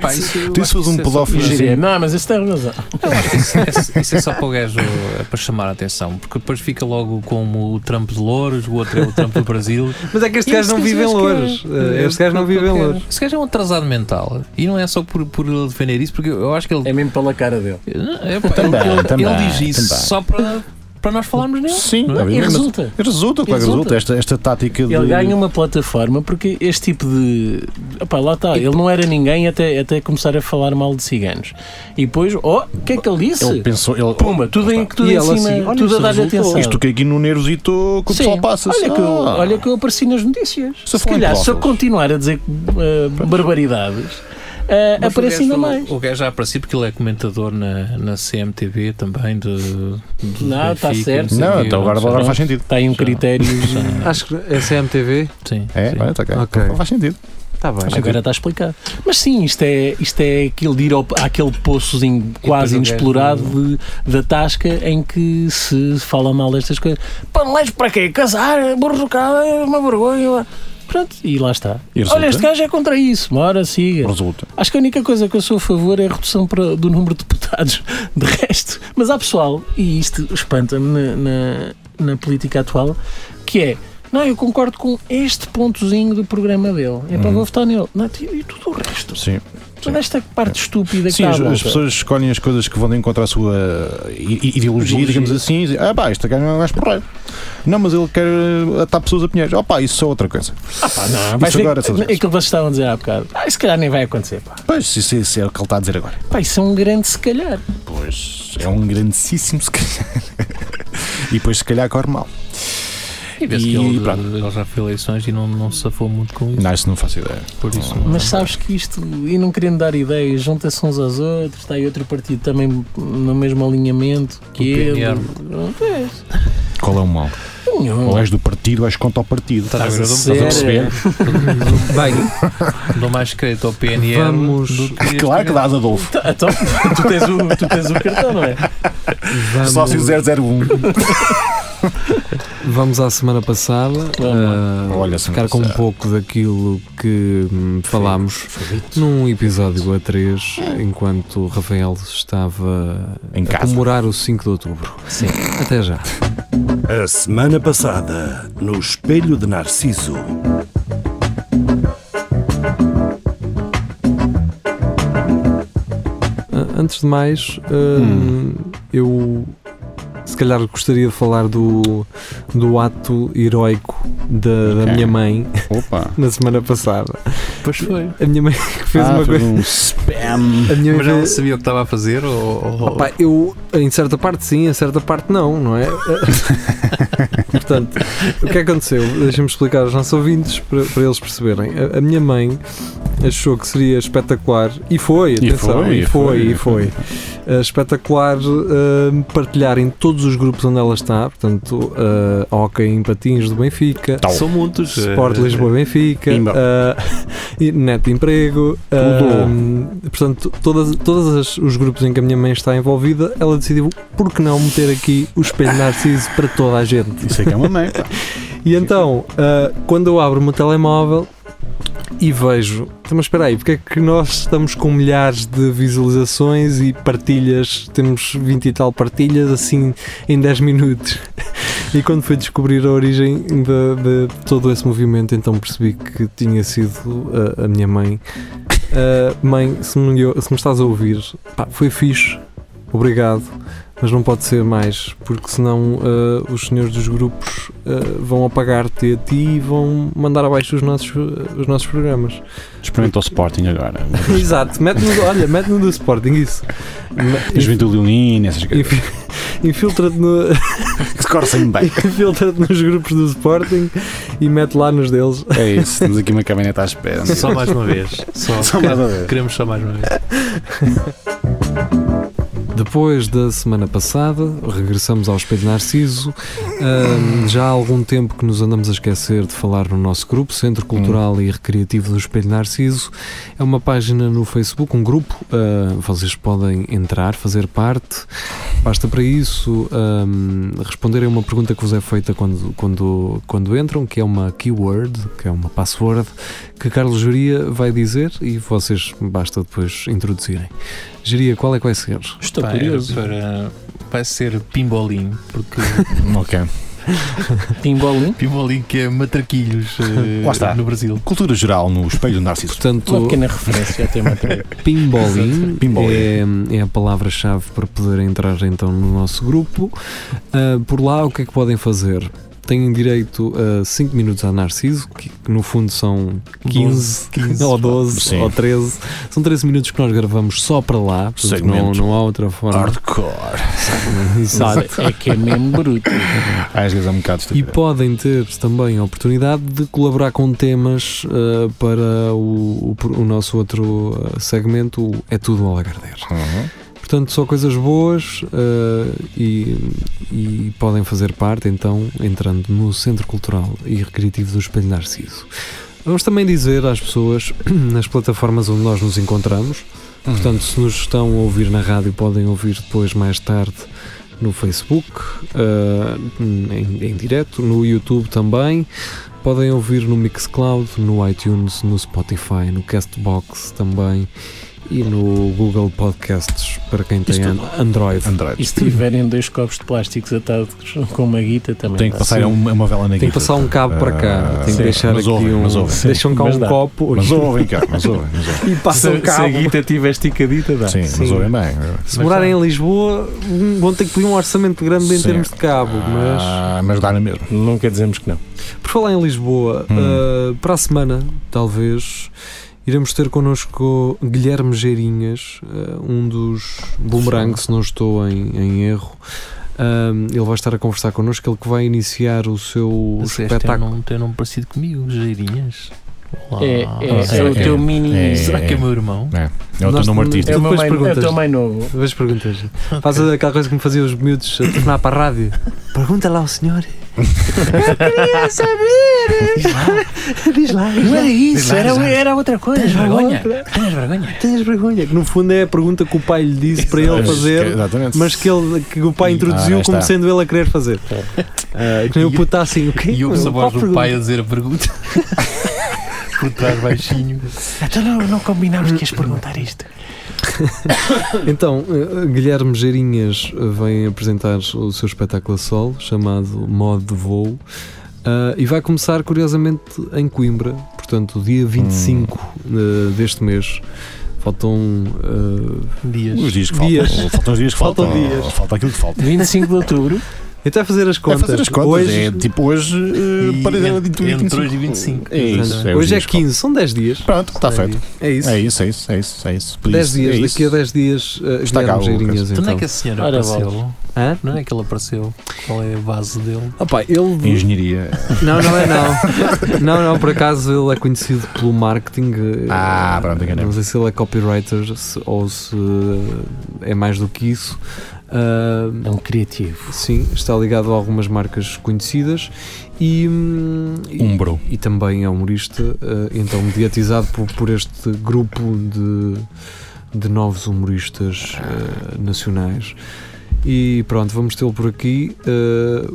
Speaker 4: Pá, isso, eu
Speaker 5: Tu
Speaker 4: acho
Speaker 5: se
Speaker 4: que
Speaker 5: um
Speaker 4: é só-
Speaker 5: pedófilo.
Speaker 7: E
Speaker 5: Sim.
Speaker 7: diria, não, mas esse tem razão.
Speaker 4: Eu acho que isso, isso- isso é só para o gajo eh, para chamar a atenção, porque depois fica logo como o Trump de Louros, o outro é o Trump do Brasil.
Speaker 3: Mas é que este
Speaker 4: E
Speaker 3: gajo não
Speaker 4: esse
Speaker 3: vive em
Speaker 4: gajo
Speaker 3: Louros.
Speaker 4: quer-
Speaker 3: Eh, Este gajo não vive em
Speaker 4: quer.
Speaker 3: Louros.
Speaker 4: Esse gajo é um atrasado mental e não é só por, por ele defender isso, porque eu acho que ele.
Speaker 7: É mesmo pela cara dele.
Speaker 4: É, pá,
Speaker 5: Também,
Speaker 4: ele, ele
Speaker 5: também,
Speaker 4: diz isso
Speaker 5: também.
Speaker 4: só para, para nós falarmos nele.
Speaker 5: Sim,
Speaker 4: Não é?
Speaker 7: E
Speaker 5: obviamente, mas-
Speaker 7: resulta.
Speaker 5: Resulta, claro que resulta.
Speaker 7: Resulta.
Speaker 5: Esta, esta tática de.
Speaker 7: Ele ganha uma plataforma porque este tipo de. de- Epá, lá está, ele não era ninguém até, até começar a falar mal de ciganos. E depois, oh, o que é que ele disse?
Speaker 5: Ele pensou. Ele,
Speaker 7: Pumba, tudo em, tudo
Speaker 3: E
Speaker 7: em
Speaker 3: ela
Speaker 7: cima,
Speaker 3: assim, olha,
Speaker 7: tudo a
Speaker 3: isso
Speaker 7: dar
Speaker 3: resultou.
Speaker 7: atenção.
Speaker 5: Isto que aqui no nervosito que o
Speaker 7: Sim,
Speaker 5: pessoal passa.
Speaker 7: olha, que eu,
Speaker 5: Ah.
Speaker 7: olha que eu apareci nas notícias.
Speaker 5: Só
Speaker 7: Se,
Speaker 5: foi
Speaker 7: calhar, se eu
Speaker 5: implóveis.
Speaker 7: continuar a dizer eh, barbaridades, eh,
Speaker 4: Mas o
Speaker 7: aparece ainda
Speaker 4: gajo-
Speaker 7: mais.
Speaker 4: O gajo já apareceu porque ele é comentador na, na CMTV também. De, de
Speaker 7: Não, tá
Speaker 4: Benfica,
Speaker 7: certo.
Speaker 4: sei o
Speaker 5: Não,
Speaker 4: quê,
Speaker 5: então agora,
Speaker 4: sei.
Speaker 5: agora faz sentido.
Speaker 7: Está aí um
Speaker 4: Já.
Speaker 7: critério.
Speaker 3: Acho que é CMTV.
Speaker 4: Sim,
Speaker 5: É,
Speaker 4: sim.
Speaker 5: olha, está cá.
Speaker 3: Ok.
Speaker 5: Faz sentido.
Speaker 3: Está Tá bem.
Speaker 7: Agora está explicado. Mas sim, isto é, isto é aquilo de ir ao, àquele poçozinho quase
Speaker 4: o gajo-
Speaker 7: inexplorado de- da Tasca em que se fala mal destas coisas. Panelés para quê? Casar? Borrocada? É uma vergonha. Pronto, e lá está.
Speaker 5: E resulta?
Speaker 7: Olha, este gajo é contra isso. Bora, siga.
Speaker 5: Resulta.
Speaker 7: Acho que a única coisa que eu sou a favor é a redução para- do número de deputados. De resto, mas há pessoal, e isto espanta-me na, na- na política atual, que é. Não, eu concordo com este pontozinho do programa dele. É para vou votar nele. Não, tio, e tudo o resto.
Speaker 5: Uhum. Sim. É.
Speaker 7: Toda esta parte estúpida que
Speaker 5: Sim,
Speaker 7: está à
Speaker 5: as,
Speaker 7: volta.
Speaker 5: as pessoas escolhem as coisas que vão de encontro à sua i- i- ideologia, digamos assim, e dizem, ah pá, este gajo é um gajo porreiro. Não, mas ele quer atar pessoas a pinheiros. Oh pá, isso é outra coisa.
Speaker 7: Ah, pá, não,
Speaker 5: Isso
Speaker 7: vai ser
Speaker 5: agora, essas
Speaker 7: aquilo que vocês estavam a dizer há bocado. Ah, se calhar nem vai acontecer. Pá.
Speaker 5: Pois, isso, isso é o que ele está a dizer agora.
Speaker 7: Pá, isso é um grande se calhar.
Speaker 5: Pois, é um grandíssimo se calhar. e depois se calhar corre mal.
Speaker 4: E vê-se que
Speaker 5: E
Speaker 4: ele,
Speaker 5: pronto.
Speaker 4: ele já foi eleições e não, não se safou muito com isso.
Speaker 5: Não, isso não faço ideia.
Speaker 4: Por isso não-
Speaker 7: Mas sabes que isto, e não querendo dar ideias, junta-se uns aos outros, está aí outro partido também no mesmo alinhamento que
Speaker 4: O
Speaker 7: ele.
Speaker 4: PNR.
Speaker 7: Não é isso.
Speaker 5: Qual é o mal? Ou
Speaker 7: Nenhum.
Speaker 5: és do partido ou és contra o partido.
Speaker 3: Tá
Speaker 4: Estás a ver? Eu dou-
Speaker 7: Sério?
Speaker 4: estás a perceber?
Speaker 3: Bem,
Speaker 4: Dou mais crédito ao PNR.
Speaker 3: Vamos-
Speaker 4: do que este
Speaker 5: Ah, Claro que
Speaker 4: gajo.
Speaker 5: dás, Adolfo.
Speaker 7: Tá, Então, tu tens, o, tu tens o cartão, não é?
Speaker 3: vamos-
Speaker 5: Sócio 001.
Speaker 3: Vamos à semana passada ah,
Speaker 5: Olha, semana
Speaker 3: ficar com um
Speaker 5: passada.
Speaker 3: pouco daquilo que hum, falámos num episódio a 3, enquanto o Rafael estava
Speaker 5: Em
Speaker 3: a
Speaker 5: casa.
Speaker 3: comemorar o 5 de outubro. Sim. Até já.
Speaker 1: A semana passada, no Espelho de Narciso.
Speaker 3: Ah, Antes de mais, hum, eu se calhar gostaria de falar do, do ato heroico da, da
Speaker 5: Ok.
Speaker 3: minha mãe
Speaker 5: Opa.
Speaker 3: na semana passada.
Speaker 4: Pois foi.
Speaker 3: A minha mãe que fez
Speaker 5: Ah,
Speaker 3: uma
Speaker 5: foi
Speaker 3: coisa.
Speaker 5: um spam.
Speaker 3: A minha mãe
Speaker 4: Mas ela
Speaker 3: fez-
Speaker 4: sabia o que estava a fazer ou. ou-
Speaker 3: Opa, eu em certa parte sim, em certa parte não, não é? Portanto, o que aconteceu? Deixa-me explicar aos nossos ouvintes para, para eles perceberem. A, a minha mãe achou que seria espetacular e foi, atenção,
Speaker 5: foi,
Speaker 3: e foi, e foi. Eh, espetacular eh, partilhar em todos os grupos onde ela está, portanto, eh, Hockey em Patins do Benfica,
Speaker 4: São muitos. eh,
Speaker 3: Sport Lisboa Benfica,
Speaker 5: Pimba.
Speaker 3: ah, e Net Emprego, ah, portanto, todas, todas as- os grupos em que a minha mãe está envolvida, ela decidiu por que não meter aqui o espelho Narciso para toda a gente.
Speaker 5: Isso é que é uma mãe. pá.
Speaker 3: E então, ah, quando eu abro o meu telemóvel e vejo, então, mas espera aí, porque é que nós estamos com milhares de visualizações e partilhas, temos 20 e tal partilhas assim em 10 minutos? E quando fui descobrir a origem de, de todo esse movimento, então percebi que tinha sido ah, a, minha mãe. Eh, Ah, mãe, se me, se me estás a ouvir, pá, foi fixe, obrigado. mas não pode ser mais, porque senão eh, os senhores dos grupos eh, vão apagar-te a ti e vão mandar abaixo os nossos, eh, os nossos programas.
Speaker 5: Experimenta o Sporting agora.
Speaker 3: Exato, mete-nos, olha, mete-nos do Sporting, isso.
Speaker 5: A Juventude Leonina, essas coisas.
Speaker 3: Infi- Infiltra-te no,
Speaker 5: É Escorcem bem.
Speaker 3: infiltra-te nos grupos do Sporting e mete lá nos deles.
Speaker 5: É isso, temos aqui uma caminhonete à espera.
Speaker 4: Só mais uma vez.
Speaker 3: um
Speaker 4: Só,
Speaker 5: Só mais uma vez.
Speaker 4: Queremos só mais uma vez.
Speaker 3: Depois da semana passada, regressamos ao Espelho Narciso. Ahm, já há algum tempo que nos andamos a esquecer de falar no nosso grupo, Centro Cultural e Recreativo do Espelho Narciso. É uma página no Facebook, um grupo. ah, vocês podem entrar, fazer parte. Basta para isso ahm, responderem uma pergunta que vos é feita quando, quando, quando entram, que é uma keyword, que é uma password, que Carlos Juria vai dizer e vocês basta depois introduzirem. Juria, qual é que vai ser?
Speaker 7: Estou
Speaker 4: Pá, era
Speaker 7: curioso.
Speaker 4: para- vai ser pimbolim, porque
Speaker 5: Ok.
Speaker 7: Pimbolim.
Speaker 4: pimbolim que é matraquilhos eh,
Speaker 5: Lá está.
Speaker 4: no Brasil.
Speaker 5: Cultura geral no espelho do Narciso.
Speaker 3: Portanto,
Speaker 7: Uma pequena referência até uma
Speaker 3: Pinbolim,
Speaker 5: Pinbolim.
Speaker 3: É, é a palavra-chave para poder entrar então no nosso grupo. Ah, por lá, o que é que podem fazer? Têm direito a 5 minutos a Narciso, que que no fundo são 15,
Speaker 4: 15,
Speaker 3: ou 12
Speaker 5: Sim.
Speaker 3: ou 13. São 13 minutos que nós gravamos só para lá, portanto não,
Speaker 5: Segmento.
Speaker 3: não há outra forma.
Speaker 5: Hardcore.
Speaker 3: Exato.
Speaker 7: É que é mesmo bruto.
Speaker 5: Às vezes é um bocado
Speaker 3: E
Speaker 5: estúpido.
Speaker 3: podem ter também a oportunidade de colaborar com temas ah, para o, o- o nosso outro ah, segmento, o É Tudo ao Lagardère.
Speaker 5: Uhum.
Speaker 3: Portanto, só coisas boas eh, e, e podem fazer parte, então, entrando no Centro Cultural e Recreativo do Espelho Narciso. Vamos também dizer às pessoas, nas plataformas onde nós nos encontramos, portanto, se nos estão a ouvir na rádio, podem ouvir depois, mais tarde, no Facebook, eh, em, em direto, no YouTube também. Podem ouvir no Mixcloud, no iTunes, no Spotify, no Castbox também e no Google Podcasts para quem tem
Speaker 7: Isto
Speaker 3: an- Android.
Speaker 5: Android.
Speaker 7: E se tiverem dois copos de plásticos atados com uma guita também.
Speaker 5: Tem que
Speaker 7: dá.
Speaker 5: passar
Speaker 3: Sim.
Speaker 5: uma, uma vela na
Speaker 3: Tem que
Speaker 5: guita.
Speaker 3: passar um cabo para cá,
Speaker 5: Ah,
Speaker 3: tem que
Speaker 5: sim.
Speaker 3: deixar
Speaker 5: Mas
Speaker 3: aqui
Speaker 5: ouvem,
Speaker 3: um.
Speaker 5: mas ouvem.
Speaker 3: Deixam cá
Speaker 7: Mas
Speaker 3: um
Speaker 7: dá.
Speaker 3: copo
Speaker 5: Mas ouvem cá, mas ouvem, mas ouvem.
Speaker 3: e passam cabo.
Speaker 4: tiver esticadita, dá.
Speaker 5: Sim, mas
Speaker 3: Sim.
Speaker 5: ouvem bem.
Speaker 3: Se morarem em Lisboa, um- vão ter que pedir um orçamento grande em
Speaker 5: Sim.
Speaker 3: termos de cabo, mas.
Speaker 5: Ah, mas dá na mesma.
Speaker 6: Nunca dizemos que não.
Speaker 3: Por falar em Lisboa,
Speaker 5: Hum.
Speaker 3: uh, para a semana, talvez, iremos ter connosco Guilherme Geirinhas, uh, um dos Boomerang, se não estou em, em erro. Um, ele vai estar a conversar connosco, ele que vai iniciar o seu
Speaker 4: Tem
Speaker 3: espetáculo.
Speaker 4: num, tem num parecido comigo, Geirinhas. Olá.
Speaker 7: É, é, é o
Speaker 5: É,
Speaker 7: teu mini.
Speaker 5: é.
Speaker 4: Será que Ah, é meu irmão?
Speaker 5: É o teu
Speaker 3: Nós
Speaker 5: nome
Speaker 3: também-
Speaker 7: É
Speaker 5: artístico.
Speaker 7: o meu
Speaker 3: Depois
Speaker 7: mãe, é o
Speaker 3: perguntas.
Speaker 7: teu mãe novo.
Speaker 3: Vês perguntas. Faz aquela coisa que me fazia os miúdos a tornar para a rádio. Pergunta lá ao senhor.
Speaker 7: Não era isso, era, era outra coisa.
Speaker 3: Tens vergonha?
Speaker 7: Tens vergonha?
Speaker 3: Tens vergonha? Que no fundo é a pergunta que o pai lhe disse para é ele
Speaker 5: Mas que-
Speaker 3: fazer.
Speaker 5: Exatamente.
Speaker 3: Mas que, ele, que o pai
Speaker 5: Ah,
Speaker 3: introduziu
Speaker 5: está.
Speaker 3: como sendo ele a querer fazer. Ah, que nem o puto está assim, o quê?
Speaker 4: É. E
Speaker 3: Qual
Speaker 4: ouve-se a voz do
Speaker 3: pergunta?
Speaker 4: pai a dizer a pergunta. Por trás baixinho.
Speaker 7: Então não, não combinámos que ias perguntar isto.
Speaker 3: Então, eh, Guilherme Geirinhas eh, vem apresentar o seu espetáculo a solo, chamado Modo de Voo, ah, e vai começar, curiosamente, em Coimbra, portanto, dia 25
Speaker 5: Hum.
Speaker 3: eh, deste mês. Faltam. eh,
Speaker 4: Dias.
Speaker 5: Os dias que faltam.
Speaker 3: Dias.
Speaker 5: Faltam os dias que
Speaker 3: Faltam
Speaker 5: faltam.
Speaker 3: dias.
Speaker 5: Falta aquilo que falta.
Speaker 7: 25 de outubro.
Speaker 3: até fazer as
Speaker 5: É
Speaker 3: contas.
Speaker 5: fazer as contas.
Speaker 3: Hoje
Speaker 5: É tipo hoje. eh,
Speaker 4: E
Speaker 5: para
Speaker 4: en-
Speaker 5: de
Speaker 4: entre hoje e 25.
Speaker 5: É isso.
Speaker 4: Exatamente.
Speaker 5: os
Speaker 3: hoje é
Speaker 5: dias que faltam.
Speaker 3: 15, são 10 dias.
Speaker 5: Pronto, está feito.
Speaker 3: É isso.
Speaker 5: É isso, é isso, é isso. É isso. Por
Speaker 3: 10
Speaker 5: isso,
Speaker 3: dias,
Speaker 5: é
Speaker 3: daqui a
Speaker 5: isso.
Speaker 3: 10 dias, uh,
Speaker 5: Está cá o
Speaker 3: Guilherme Geirinhas.
Speaker 4: Então, onde é
Speaker 3: Então.
Speaker 4: que a senhora
Speaker 7: Ora,
Speaker 4: apareceu?
Speaker 3: Hã?
Speaker 4: Não é que ele apareceu? Qual é a base dele?
Speaker 3: Ah pá, ele
Speaker 5: Engenharia.
Speaker 3: Não, não é não. Não, não, por acaso ele é conhecido pelo marketing. eh,
Speaker 5: Ah, pronto, enganei-me.
Speaker 3: Não sei se ele é copywriter se- ou se é mais do que isso. Ah,
Speaker 7: É um criativo.
Speaker 3: sim, está ligado a algumas marcas conhecidas e, hum, e-
Speaker 5: Umbro.
Speaker 3: e também é humorista, eh, então mediatizado por, por este grupo de, de novos humoristas eh, nacionais. E pronto, vamos tê-lo por aqui. Eh,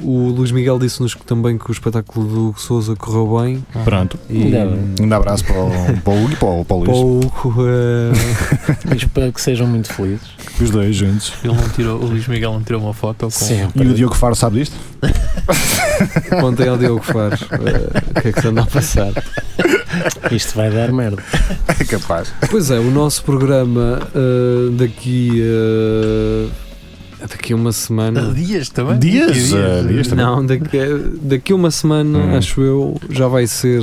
Speaker 3: o Luís Miguel disse-nos que também que o espetáculo do Souza correu bem.
Speaker 5: Ah. Pronto.
Speaker 3: E hum,
Speaker 7: Ainda bem.
Speaker 5: Um abraço para o, para o Hugo e para o, para o Luís.
Speaker 3: pouco. eh,
Speaker 7: Mas para que sejam muito felizes.
Speaker 5: Os dois juntos.
Speaker 4: Ele não tirou, o Luís Miguel não tirou uma foto com
Speaker 5: E o Diogo Faro sabe disto?
Speaker 3: contem ao Diogo Faro eh, o que é que se anda a passar.
Speaker 7: Isto vai dar merda.
Speaker 5: É capaz.
Speaker 3: Pois é, o nosso programa eh, daqui eh, Daqui a uma semana.
Speaker 4: Ah, Dias também?
Speaker 5: Dias, eh, dias também.
Speaker 3: Não, daqui, daqui a uma semana,
Speaker 5: Hum.
Speaker 3: acho eu, já vai ser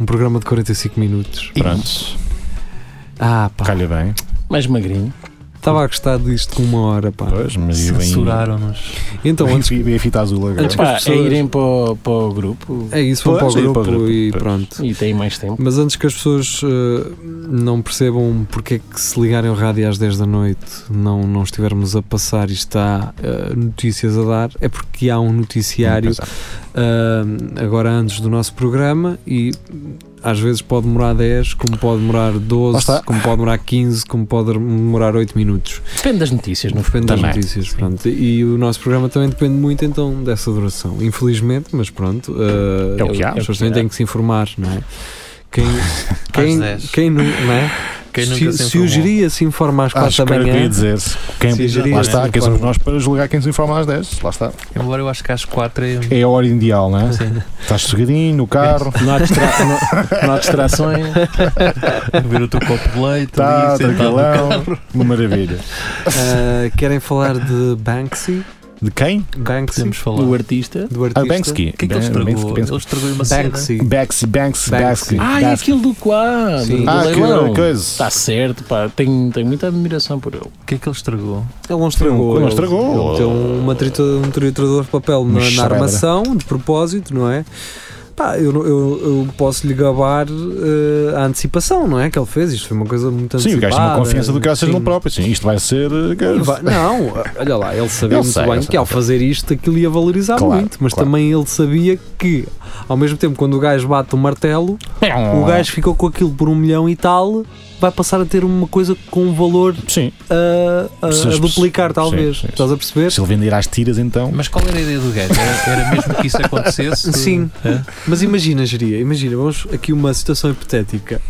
Speaker 3: um programa de 45 minutos.
Speaker 5: Pronto,
Speaker 3: Ah, pá.
Speaker 5: calha bem.
Speaker 7: Mais magrinho.
Speaker 3: Estava a gostar disto com uma hora, pá.
Speaker 5: Pois, mas eu bem.
Speaker 4: Censuraram-nos.
Speaker 3: Então, antes.
Speaker 5: Bem a fita azul agora.
Speaker 3: antes que
Speaker 7: Pá,
Speaker 3: as
Speaker 7: é
Speaker 3: pessoas-
Speaker 7: irem para o, para o grupo
Speaker 3: É isso, vão para o
Speaker 5: Pois, é, para o
Speaker 3: grupo
Speaker 5: grupo,
Speaker 3: e
Speaker 5: pois.
Speaker 3: pronto.
Speaker 7: e têm mais tempo.
Speaker 3: Mas antes que as pessoas eh, não percebam porque é que se ligarem ao rádio às 10 da noite não, não estivermos a passar e está eh, notícias a dar, é porque há um noticiário eh, agora antes do nosso programa e às vezes pode demorar 10, como pode demorar
Speaker 5: Lá
Speaker 3: 12,
Speaker 5: está.
Speaker 3: como pode demorar 15, como pode demorar 8 minutos.
Speaker 7: Depende das notícias, não
Speaker 3: Depende das
Speaker 5: Também.
Speaker 3: notícias, pronto. E o nosso programa também depende muito então dessa duração. Infelizmente, mas pronto. eh,
Speaker 5: É o que há.
Speaker 3: As pessoas também têm que se informar, não é? Quem,
Speaker 4: Às
Speaker 3: quem,
Speaker 4: 10.
Speaker 3: quem, nu- não é?
Speaker 4: Quem
Speaker 3: se,
Speaker 4: nunca se
Speaker 3: se o
Speaker 4: informou?
Speaker 3: geria se informa às 4
Speaker 5: Acho
Speaker 3: da
Speaker 5: que era o que eu
Speaker 3: manhã,
Speaker 5: ia dizer.
Speaker 3: Se
Speaker 5: Quem,
Speaker 3: gerir
Speaker 5: lá
Speaker 3: as
Speaker 5: está, quem somos
Speaker 3: informações.
Speaker 5: nós para julgar quem se informa às 10. né, Lá está.
Speaker 4: Embora eu acho que às 4 é.
Speaker 5: É a hora ideal, não é?
Speaker 4: Sim.
Speaker 5: Estás sossegadinho no carro,
Speaker 7: Não há, distra não, não há distrações.
Speaker 4: Ver o teu copo de leite,
Speaker 5: está
Speaker 4: ali, sentado no carro.
Speaker 5: tranquilão. tá, Uma maravilha.
Speaker 3: eh, querem falar de Banksy?
Speaker 5: De quem?
Speaker 3: Banksy,
Speaker 4: Podemos falar.
Speaker 7: O
Speaker 4: O
Speaker 7: artista.
Speaker 3: do artista.
Speaker 5: Ah, Banksy.
Speaker 4: que é que ele
Speaker 5: Ben-
Speaker 4: estragou?
Speaker 5: Banksy,
Speaker 4: Ele estragou uma cena.
Speaker 3: Banksy.
Speaker 5: Banksy, Banksy,
Speaker 3: Banksy.
Speaker 5: Banksy.
Speaker 7: Ah, e
Speaker 5: Banksy.
Speaker 7: aquilo do quadro.
Speaker 3: Sim.
Speaker 7: Do
Speaker 5: Ah, que
Speaker 7: leilão.
Speaker 5: coisa.
Speaker 3: Tá
Speaker 7: Está certo, pá. Tenho, tenho muita admiração por ele.
Speaker 4: O que é que ele estragou?
Speaker 3: Ele não estragou.
Speaker 5: Ele não estragou.
Speaker 3: Ele tem uma trita, um triturador de papel na,
Speaker 5: Uma
Speaker 3: na
Speaker 5: xerada.
Speaker 3: armação, de propósito, não é? Pá, eu, não- eu, eu posso lhe gabar eh, a antecipação, não é? Que ele fez. Isto foi uma coisa muito antecipada.
Speaker 5: Sim, o gajo tem uma confiança do graças
Speaker 3: sim.
Speaker 5: no próprio. Sim, isto vai ser. eh,
Speaker 3: E
Speaker 5: gajo.
Speaker 3: vai- Não, olha lá, ele sabia
Speaker 5: Eu
Speaker 3: muito
Speaker 5: sei,
Speaker 3: bem
Speaker 5: eu
Speaker 3: que
Speaker 5: sei,
Speaker 3: ao fazer isto aquilo ia valorizar
Speaker 5: Claro,
Speaker 3: muito, mas
Speaker 5: claro.
Speaker 3: também ele sabia que ao mesmo tempo quando o gajo bate o martelo,
Speaker 5: É
Speaker 3: o gajo ficou com aquilo por um milhão e tal, vai passar a ter uma coisa com um valor
Speaker 5: Sim.
Speaker 3: a, a-
Speaker 5: Se as
Speaker 3: a duplicar,
Speaker 5: pessoas-
Speaker 3: talvez.
Speaker 5: sim, sim,
Speaker 3: Estás a perceber?
Speaker 5: Se ele vender às tiras, então.
Speaker 4: Mas qual era a ideia do gajo? Era, era mesmo que isso acontecesse? É?
Speaker 3: Sim.
Speaker 4: Hã?
Speaker 3: Mas imagina, Geria, imagina, vamos aqui uma situação hipotética.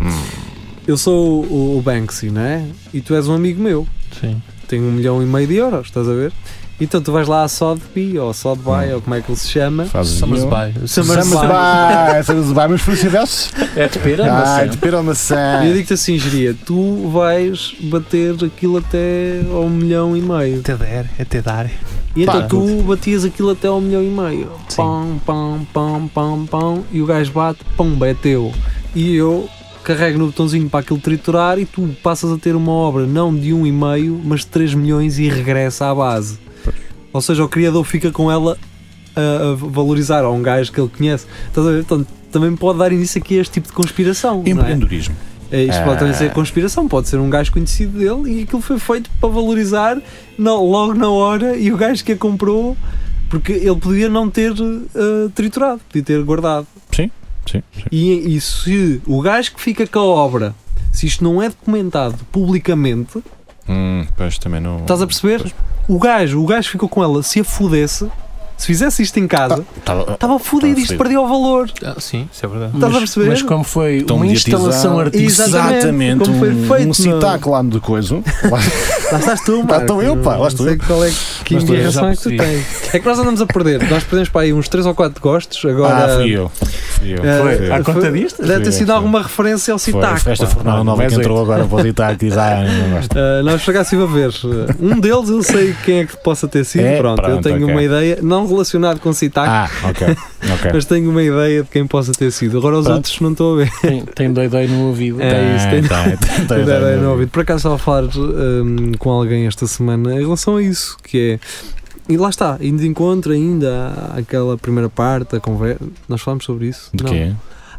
Speaker 3: Eu sou o, o Banksy, não é? E tu és um amigo meu.
Speaker 4: Sim.
Speaker 3: Tenho um milhão e meio de euros, estás a ver? Então tu vais lá à Sodby ou Sodby ou como é que ele se chama.
Speaker 5: Fazes
Speaker 4: Summersby.
Speaker 3: Summersby.
Speaker 5: Summersby, Summersby, mas felicidades.
Speaker 7: É de pera,
Speaker 5: Ai,
Speaker 7: maçã.
Speaker 5: de pera ou maçã.
Speaker 3: E eu digo-te assim, Geria, tu vais bater aquilo até ao milhão e meio.
Speaker 4: Até der, até É dar.
Speaker 3: E então
Speaker 4: Pá.
Speaker 3: tu batias aquilo até ao milhão e meio.
Speaker 4: Sim.
Speaker 3: Pão, pão, pão, pão, pão. E o gajo bate, pumba, é teu. E eu carrego no botãozinho para aquilo triturar e tu passas a ter uma obra não de um e meio, mas de 3 milhões e regressa à base. Ou seja, o criador fica com ela a, a valorizar, ou um gajo que ele conhece. Estás a ver? Portanto, também pode dar início aqui a este tipo de conspiração. não é?
Speaker 5: Empreendedorismo.
Speaker 3: É, isto pode também
Speaker 5: Ah.
Speaker 3: ser conspiração, pode ser um gajo conhecido dele e aquilo foi feito para valorizar na- logo na hora e o gajo que a comprou, porque ele podia não ter eh, triturado, podia ter guardado.
Speaker 5: Sim, sim.
Speaker 3: E, e se o gajo que fica com a obra, se isto não é documentado publicamente,
Speaker 5: Hum, pois também não.
Speaker 3: estás a perceber? O gajo, o gajo que ficou com ela, se a fudesse, se fizesse isto em casa,
Speaker 5: Ah, Tava-
Speaker 3: estava fudido,
Speaker 5: Estava
Speaker 3: isto
Speaker 5: fudido.
Speaker 3: perdeu o valor.
Speaker 4: Ah, sim, isso é verdade.
Speaker 3: Estás a
Speaker 7: Mas,
Speaker 3: perceber?
Speaker 7: mas como foi
Speaker 5: Tão
Speaker 7: uma
Speaker 5: mediatizado.
Speaker 7: instalação artística.
Speaker 3: Exatamente, como foi
Speaker 5: um,
Speaker 3: feito,
Speaker 5: um citac lá de coisa.
Speaker 3: Lá estás tu,
Speaker 5: Lá
Speaker 3: Marco.
Speaker 5: estou Tá eu, pá, lá
Speaker 3: Não
Speaker 5: estou
Speaker 3: sei
Speaker 5: eu.
Speaker 3: qual é que
Speaker 4: Lá estou eu,
Speaker 3: indicação
Speaker 4: já
Speaker 3: é que tu
Speaker 4: percebi.
Speaker 3: tens. É que nós andamos a perder. Nós perdemos para aí uns 3 ou 4 gostos. Agora,
Speaker 5: ah, fui eu. Fui eu.
Speaker 3: eh,
Speaker 5: fui
Speaker 7: foi.
Speaker 5: eu.
Speaker 7: À conta disto?
Speaker 3: Deve ter
Speaker 5: Fui
Speaker 3: sido
Speaker 5: eu,
Speaker 3: alguma referência ao
Speaker 5: Foi,
Speaker 3: Citac.
Speaker 5: foi esta
Speaker 3: pá.
Speaker 5: fornada nova que
Speaker 7: Mas
Speaker 5: entrou agora para o Citac e diz, ah, não gosto.
Speaker 3: Ah, nós chegasse a ver. Um deles eu sei quem é que possa ter sido.
Speaker 5: É?
Speaker 3: pronto, eu
Speaker 5: Pronto,
Speaker 3: tenho
Speaker 5: ok.
Speaker 3: uma ideia, não relacionado com Citac,
Speaker 5: Ah, ok. ok.
Speaker 3: mas tenho uma ideia de quem possa ter sido. Agora os
Speaker 5: Pronto.
Speaker 3: outros não estou a ver.
Speaker 7: Tem, tem dói dói no ouvido.
Speaker 5: Ah, então,
Speaker 3: É. isso, tem-
Speaker 5: tem, tem, tem,
Speaker 3: Ainda bem,
Speaker 5: tem.
Speaker 3: não ouvi. Por acaso estava a falar hum, com alguém esta semana em relação a isso, que é. E lá está, indo de encontro ainda à- àquela primeira parte da conversa. Nós falámos sobre isso?
Speaker 7: então,
Speaker 5: De
Speaker 3: não.
Speaker 5: quê?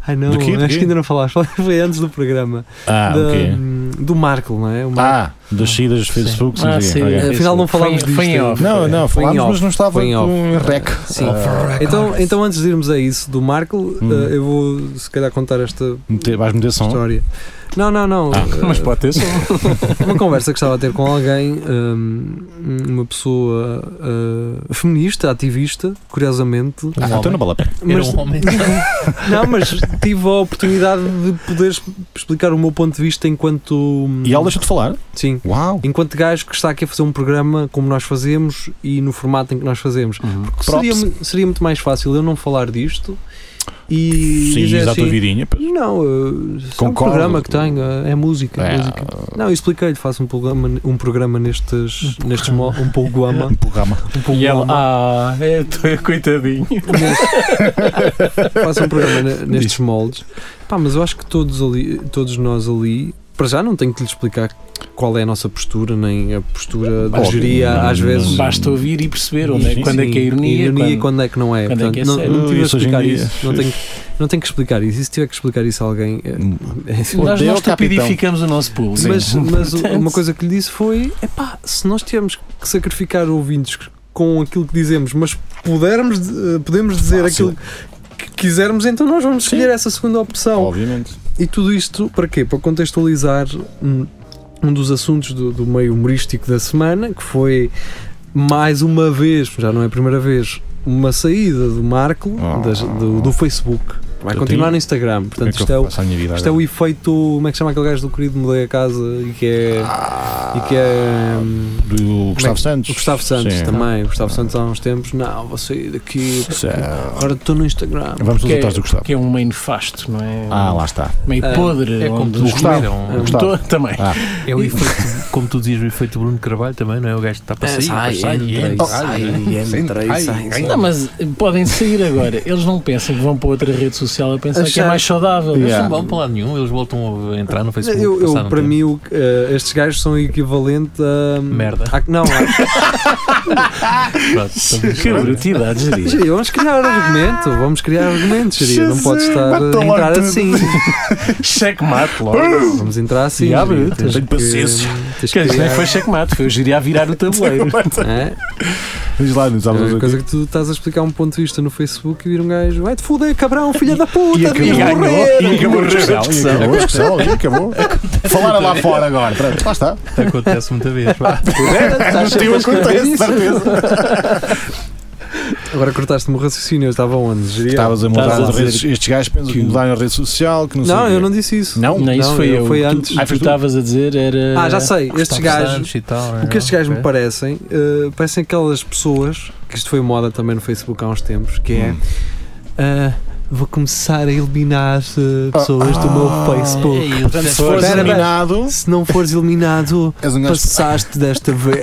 Speaker 3: Ai não,
Speaker 5: Do quê? Do
Speaker 3: acho
Speaker 5: quê?
Speaker 3: que ainda não falaste. Foi antes do programa.
Speaker 5: Ah,
Speaker 3: da,
Speaker 7: então,
Speaker 5: o quê?
Speaker 3: hum, Do Marco, não é? O Marco. Eh,
Speaker 5: Ah, das saídas do Facebook.
Speaker 7: Ah,
Speaker 5: sim,
Speaker 7: então, sim.
Speaker 5: ok.
Speaker 7: É.
Speaker 3: Afinal não
Speaker 7: Foi-
Speaker 3: falámos
Speaker 7: foi
Speaker 3: disto.
Speaker 7: em
Speaker 3: ainda.
Speaker 7: off.
Speaker 5: Não, não,
Speaker 3: Foi em
Speaker 5: falámos,
Speaker 3: off,
Speaker 5: mas não estava
Speaker 3: foi em off.
Speaker 5: com rec.
Speaker 3: Sim.
Speaker 5: Ah,
Speaker 3: Então, então antes de irmos a isso do Marco, eh, eu vou se calhar contar esta
Speaker 5: meter- Vais meter som? Ah. Então,
Speaker 3: história. Não, não, não. eh,
Speaker 7: Mas pode ter som.
Speaker 3: uma conversa que estava a ter com alguém, hum, uma pessoa ah, feminista, ativista, curiosamente.
Speaker 5: Ah, então não vale a pena.
Speaker 4: Era
Speaker 3: Mas,
Speaker 4: um homem.
Speaker 3: não, mas tive a oportunidade de poder es- explicar o meu ponto de vista enquanto. hum,
Speaker 5: E ela deixou de falar?
Speaker 3: Sim.
Speaker 5: Uau!
Speaker 3: Enquanto gajo que está aqui a fazer um programa como nós fazemos e no formato em que nós fazemos. Porque Seria,
Speaker 5: Props.
Speaker 3: mu- seria muito mais fácil eu não falar disto e
Speaker 5: Sim,
Speaker 3: dizem
Speaker 5: exato a
Speaker 3: assim,
Speaker 5: vidinha. Um pois.
Speaker 3: Não, eh, isso é um
Speaker 5: Concordo.
Speaker 3: programa que tenho, eh, é música.
Speaker 5: É,
Speaker 3: música. Não, eu expliquei-lhe, faço um programa, um programa nestes, nestes mo- um programa,
Speaker 5: Um programa.
Speaker 3: um
Speaker 7: E ela,
Speaker 3: programa
Speaker 7: ah, é, tu é coitadinho.
Speaker 3: faço um programa ne- nestes moldes. Pá, mas eu acho que todos, ali, todos nós ali, para já não tenho que lhe explicar qual é a nossa postura, nem a postura da
Speaker 5: Óbvio,
Speaker 3: geria,
Speaker 5: não,
Speaker 3: às
Speaker 5: não,
Speaker 3: vezes.
Speaker 7: Basta ouvir e perceber onde é,
Speaker 5: Sim,
Speaker 7: quando é que é ironia.
Speaker 3: e
Speaker 7: quando-
Speaker 3: quando é que não é.
Speaker 7: quando é que é
Speaker 3: Portanto,
Speaker 7: sério.
Speaker 3: não, não tive a
Speaker 5: Isso hoje em
Speaker 3: explicar
Speaker 5: dia.
Speaker 3: isso. Não tenho, que- não tenho que explicar isso. E se tiver que explicar isso a alguém. eh,
Speaker 5: Hum.
Speaker 7: Nós
Speaker 5: Odeio
Speaker 7: não
Speaker 5: o capitão.
Speaker 7: estupidificamos o nosso público.
Speaker 3: Mas, mas
Speaker 7: Portanto,
Speaker 3: uma coisa que lhe disse foi: epá, se nós tivermos que sacrificar ouvintes com aquilo que dizemos, mas pudermos, eh, podemos dizer
Speaker 5: Fácil.
Speaker 3: aquilo que quisermos, então nós vamos escolher essa segunda opção.
Speaker 5: Obviamente.
Speaker 3: E tudo isto para quê? Para contextualizar hum, um dos assuntos do, do meio humorístico da semana, que foi mais uma vez, já não é a primeira vez, uma saída do Marco
Speaker 5: Oh.
Speaker 3: das- do, do Facebook. Vai
Speaker 5: Eu
Speaker 3: continuar
Speaker 5: tenho-
Speaker 3: no Instagram.
Speaker 5: Como é
Speaker 3: Portanto,
Speaker 5: que
Speaker 3: isto é,
Speaker 5: eu
Speaker 3: o,
Speaker 5: faço a minha vida
Speaker 3: isto é o
Speaker 5: agora?
Speaker 3: efeito. Como é que chama aquele gajo do querido Mudei a Casa e que é. E que é hum,
Speaker 5: do Gustavo Santos.
Speaker 3: o Gustavo Santos
Speaker 5: Sim.
Speaker 3: também. O Gustavo Santos há uns tempos. Não, vou sair daqui.
Speaker 5: Isso é-
Speaker 3: Agora estou no Instagram.
Speaker 5: Vamos nos
Speaker 7: Que é-
Speaker 5: atrás do Gustavo.
Speaker 7: Que é um meio nefasto, não é?
Speaker 5: Ah, lá está.
Speaker 7: Meio
Speaker 3: Ah,
Speaker 7: podre.
Speaker 4: É como
Speaker 7: onde
Speaker 4: tu
Speaker 7: os-
Speaker 5: Gustavo.
Speaker 4: dizes, é um-
Speaker 7: onde
Speaker 5: Gustavo.
Speaker 7: to- Também.
Speaker 5: Ah.
Speaker 4: É o efeito, como tu dizias, o efeito Bruno Carvalho também, não é? O gajo que está para
Speaker 3: É,
Speaker 4: sair,
Speaker 3: sai,
Speaker 4: sai, sai,
Speaker 3: entra e
Speaker 4: entra,
Speaker 3: sai, entra e sai, sai.
Speaker 7: Não, mas podem sair agora. Eles não pensam que vão para outra rede social a pensar que é
Speaker 3: Achar-
Speaker 7: mais saudável.
Speaker 4: Eles
Speaker 5: Yeah.
Speaker 4: não vão para lado nenhum, eles voltam a entrar no Facebook.
Speaker 3: Eu, eu,
Speaker 4: passar um
Speaker 3: para
Speaker 4: tempo.
Speaker 3: mim, o- eh, estes gajos são equivalente a. hum,
Speaker 4: Merda.
Speaker 3: a- não, a,
Speaker 4: Pronto, estamos-
Speaker 7: Que brutalidade, diria.
Speaker 3: Geria, vamos criar argumento. Vamos criar argumento, Geria. Não pode estar
Speaker 5: mata
Speaker 3: a
Speaker 5: logo
Speaker 3: entrar
Speaker 5: tudo.
Speaker 3: assim.
Speaker 5: É
Speaker 7: Checkmate logo.
Speaker 3: Vamos entrar assim.
Speaker 7: Já,
Speaker 3: Geria,
Speaker 7: eu
Speaker 3: tens
Speaker 5: tenho
Speaker 3: que-
Speaker 5: paciência.
Speaker 3: tens que
Speaker 7: Quer dizer,
Speaker 3: criar,
Speaker 7: nem foi checkmate, foi o giria a virar o tabuleiro.
Speaker 3: é?
Speaker 5: Diz lá, diz lá, diz
Speaker 3: É
Speaker 5: lá.
Speaker 3: uma coisa que tu estás a explicar um ponto de vista no Facebook e vir um gajo, vai-te foder, cabrão, filha da puta,
Speaker 5: E
Speaker 3: devias
Speaker 5: acabou, e
Speaker 3: morrer.
Speaker 5: acabou a discussão, e acabou a discussão, e acabou. Falaram lá fora agora. Pronto, Lá está.
Speaker 4: Acontece muita vez. pá.
Speaker 3: Estás sempre a escrever isso.
Speaker 5: certeza.
Speaker 3: Agora cortaste-me o raciocínio, eu estava onde? Geria?
Speaker 5: Estavas a
Speaker 7: Estás
Speaker 5: mudar
Speaker 7: a
Speaker 5: as
Speaker 7: dizer
Speaker 5: redes. Estes gajos pensam que mudaram a rede social, que não sei. o
Speaker 3: Não,
Speaker 5: quê.
Speaker 3: eu não disse isso.
Speaker 5: Não?
Speaker 7: Não, isso foi
Speaker 3: eu-
Speaker 7: eu.
Speaker 3: foi
Speaker 7: Tu-
Speaker 3: antes.
Speaker 7: Ah,
Speaker 5: Ah,
Speaker 7: tu
Speaker 5: foi tu?
Speaker 7: estavas a dizer era.
Speaker 3: Ah, já sei, estes
Speaker 4: Gustavo
Speaker 3: gajos.
Speaker 4: Santos e tal, é.
Speaker 3: O que estes gajos
Speaker 4: ok.
Speaker 3: me parecem, eh, parecem aquelas pessoas, que isto foi moda também no Facebook há uns tempos, que é ah, vou começar a eliminar eh, pessoas do meu Facebook.
Speaker 4: Ei,
Speaker 5: Portanto, se fores
Speaker 3: Espera, espera.
Speaker 5: eliminado,
Speaker 3: Se não fores eliminado,
Speaker 5: és um gajo.
Speaker 3: passaste desta vez.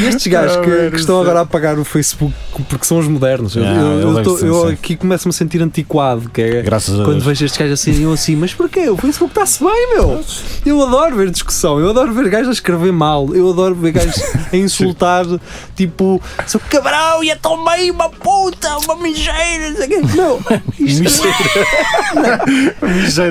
Speaker 3: E estes gajos que, que estão agora a pagar o Facebook porque são os modernos. Eu,
Speaker 5: Ah,
Speaker 3: eu- eu
Speaker 5: eles
Speaker 3: tô-
Speaker 5: são,
Speaker 3: eu
Speaker 5: sim.
Speaker 3: aqui começo-me a sentir antiquado, que é
Speaker 5: Graças a
Speaker 3: quando
Speaker 5: Deus.
Speaker 3: vejo estes gajos assim, eu assim, mas porquê? O Facebook está-se bem, meu! Eu adoro ver discussão, eu adoro ver gajos a escrever mal, eu adoro ver gajos a insultar, tipo, seu cabrão, e é tão bem, uma puta, uma mijeira, não sei o quê. Não,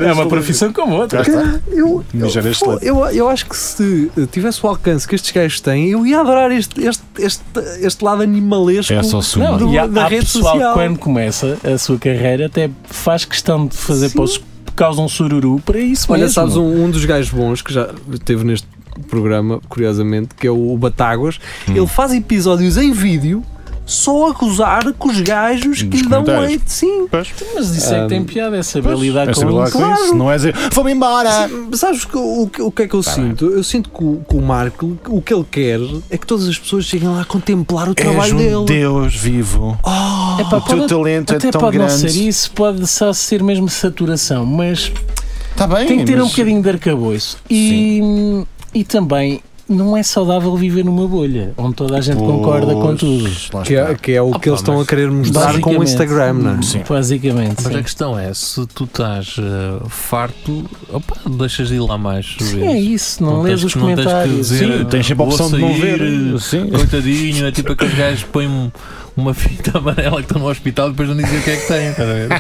Speaker 7: É uma profissão como outra.
Speaker 3: eu,
Speaker 5: Mijeira é
Speaker 3: eu,
Speaker 5: excelente.
Speaker 3: eu, eu acho que se tivesse o alcance que estes gajos têm, eu ia adorar este, este, este, este lado animalesco.
Speaker 5: É só suma.
Speaker 7: Não,
Speaker 3: Do-
Speaker 7: e há,
Speaker 3: da
Speaker 7: há
Speaker 3: rede
Speaker 7: pessoal
Speaker 3: social.
Speaker 7: que quando começa a sua carreira até faz questão de fazer
Speaker 3: Sim.
Speaker 7: posts que causam sururu para isso
Speaker 3: Olha,
Speaker 7: mesmo.
Speaker 3: sabes um, um dos gajos bons que já teve neste programa, curiosamente, que é o Batáguas,
Speaker 5: Hum.
Speaker 3: ele faz episódios em vídeo só a gozar com os gajos que
Speaker 5: Dos
Speaker 3: lhe dão
Speaker 5: comentários.
Speaker 3: hate, sim.
Speaker 7: Mas isso é que tem piada, é saber lidar
Speaker 5: É
Speaker 7: com
Speaker 5: saber lá
Speaker 7: isso.
Speaker 5: com isso. Não é dizer, vou-me embora.
Speaker 3: Sabes que- o, que- o que é que
Speaker 5: Tá
Speaker 3: eu sinto? Eu sinto que o, que o Marco, o que ele quer é que todas as pessoas cheguem lá a contemplar o
Speaker 5: És
Speaker 3: trabalho
Speaker 5: um
Speaker 3: dele.
Speaker 5: Deus vivo.
Speaker 7: É pá,
Speaker 5: O teu
Speaker 7: pode-
Speaker 5: talento é
Speaker 7: até
Speaker 5: tão
Speaker 7: pode não ser
Speaker 5: grande.
Speaker 7: isso, pode só ser mesmo saturação, mas
Speaker 5: Está Tá bem.
Speaker 7: tem que ter um
Speaker 5: mas-
Speaker 7: bocadinho de arcabouço. E, e também não é saudável viver numa bolha onde toda a gente concorda com
Speaker 5: Pois,
Speaker 7: tudo.
Speaker 5: lá
Speaker 3: Que é,
Speaker 5: está. Ah,
Speaker 3: que é o que eles estão a querer mostrar com o
Speaker 7: Basicamente.
Speaker 3: Instagram, não é?
Speaker 5: Sim.
Speaker 7: Basicamente.
Speaker 4: Mas
Speaker 7: sim.
Speaker 4: a questão é, se tu estás eh, farto, opa, deixas de ir lá mais
Speaker 7: Sim,
Speaker 4: vezes.
Speaker 7: é isso, não,
Speaker 4: Não
Speaker 7: lês
Speaker 4: tens-
Speaker 7: os
Speaker 4: não tens que
Speaker 7: comentários.
Speaker 4: dizer-
Speaker 7: Sim,
Speaker 5: Tens sempre a
Speaker 4: Vou
Speaker 5: opção de não
Speaker 4: sair,
Speaker 5: ver.
Speaker 4: eh,
Speaker 5: Sim.
Speaker 4: Coitadinho, é tipo aqueles gajos que põem um- uma fita amarela que estão no hospital e depois não dizem o que é que têm, estás a ver?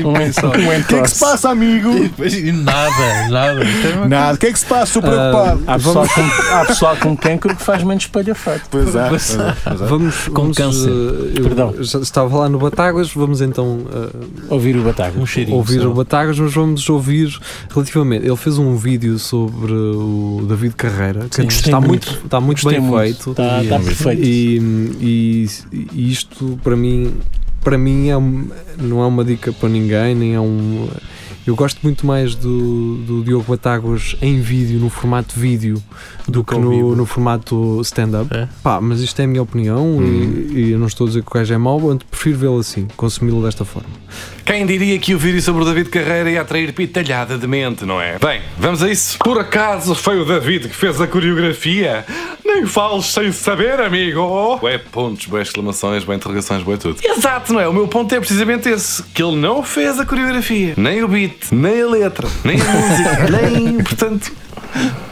Speaker 7: um,
Speaker 4: Tipo isso, ó.
Speaker 7: um
Speaker 5: O que é que se passa, amigo?
Speaker 4: E depois, e nada, nada. Isto é uma
Speaker 5: Nada. O que é que se passa?
Speaker 3: Ah,
Speaker 5: Estou preocupado.
Speaker 7: Há pessoal, com, há pessoal com cancro que faz menos espalhafato.
Speaker 5: Pois é.
Speaker 4: pois
Speaker 5: pois é, pois é.
Speaker 3: Vamos, vamos,
Speaker 4: câncer.
Speaker 3: eh, eu
Speaker 7: Perdão.
Speaker 3: já estava lá no Batáguas, vamos então eh,
Speaker 7: Ouvir o Bataga.
Speaker 4: Um cheirinho.
Speaker 3: ouvir
Speaker 4: só.
Speaker 3: o Batagas, mas vamos ouvir relativamente. Ele fez um vídeo sobre o David Carreira, que
Speaker 7: Sim, gostei
Speaker 3: está muito,
Speaker 7: muito.
Speaker 3: está muito
Speaker 7: Gostei
Speaker 3: bem
Speaker 7: muito. Tá
Speaker 3: feito.
Speaker 7: Está está perfeito.
Speaker 3: E, e- e isto para mim, para mim é um- não é uma dica para ninguém, nem é um Eu gosto muito mais do, do Diogo Batáguas em vídeo, no formato vídeo, do,
Speaker 4: Do
Speaker 3: que
Speaker 4: que ao vivo.
Speaker 3: no, no formato stand-up.
Speaker 4: É. Hum.
Speaker 3: Pá, mas isto é a minha opinião e, e eu não estou a dizer que o gajo é mau, eu prefiro vê-lo assim, consumi-lo desta forma.
Speaker 8: Quem diria que o vídeo sobre o David Carreira ia atrair pitalhada de mente, não é? Bem, vamos a isso. Por acaso foi o David que fez a coreografia? Nem fales sem saber, amigo! Ué, pontos, boas exclamações, boas interrogações, boa tudo. Exato, não é? O meu ponto é precisamente esse. Que ele não fez a coreografia. Nem o beat, nem a letra, nem a música, nem, portanto,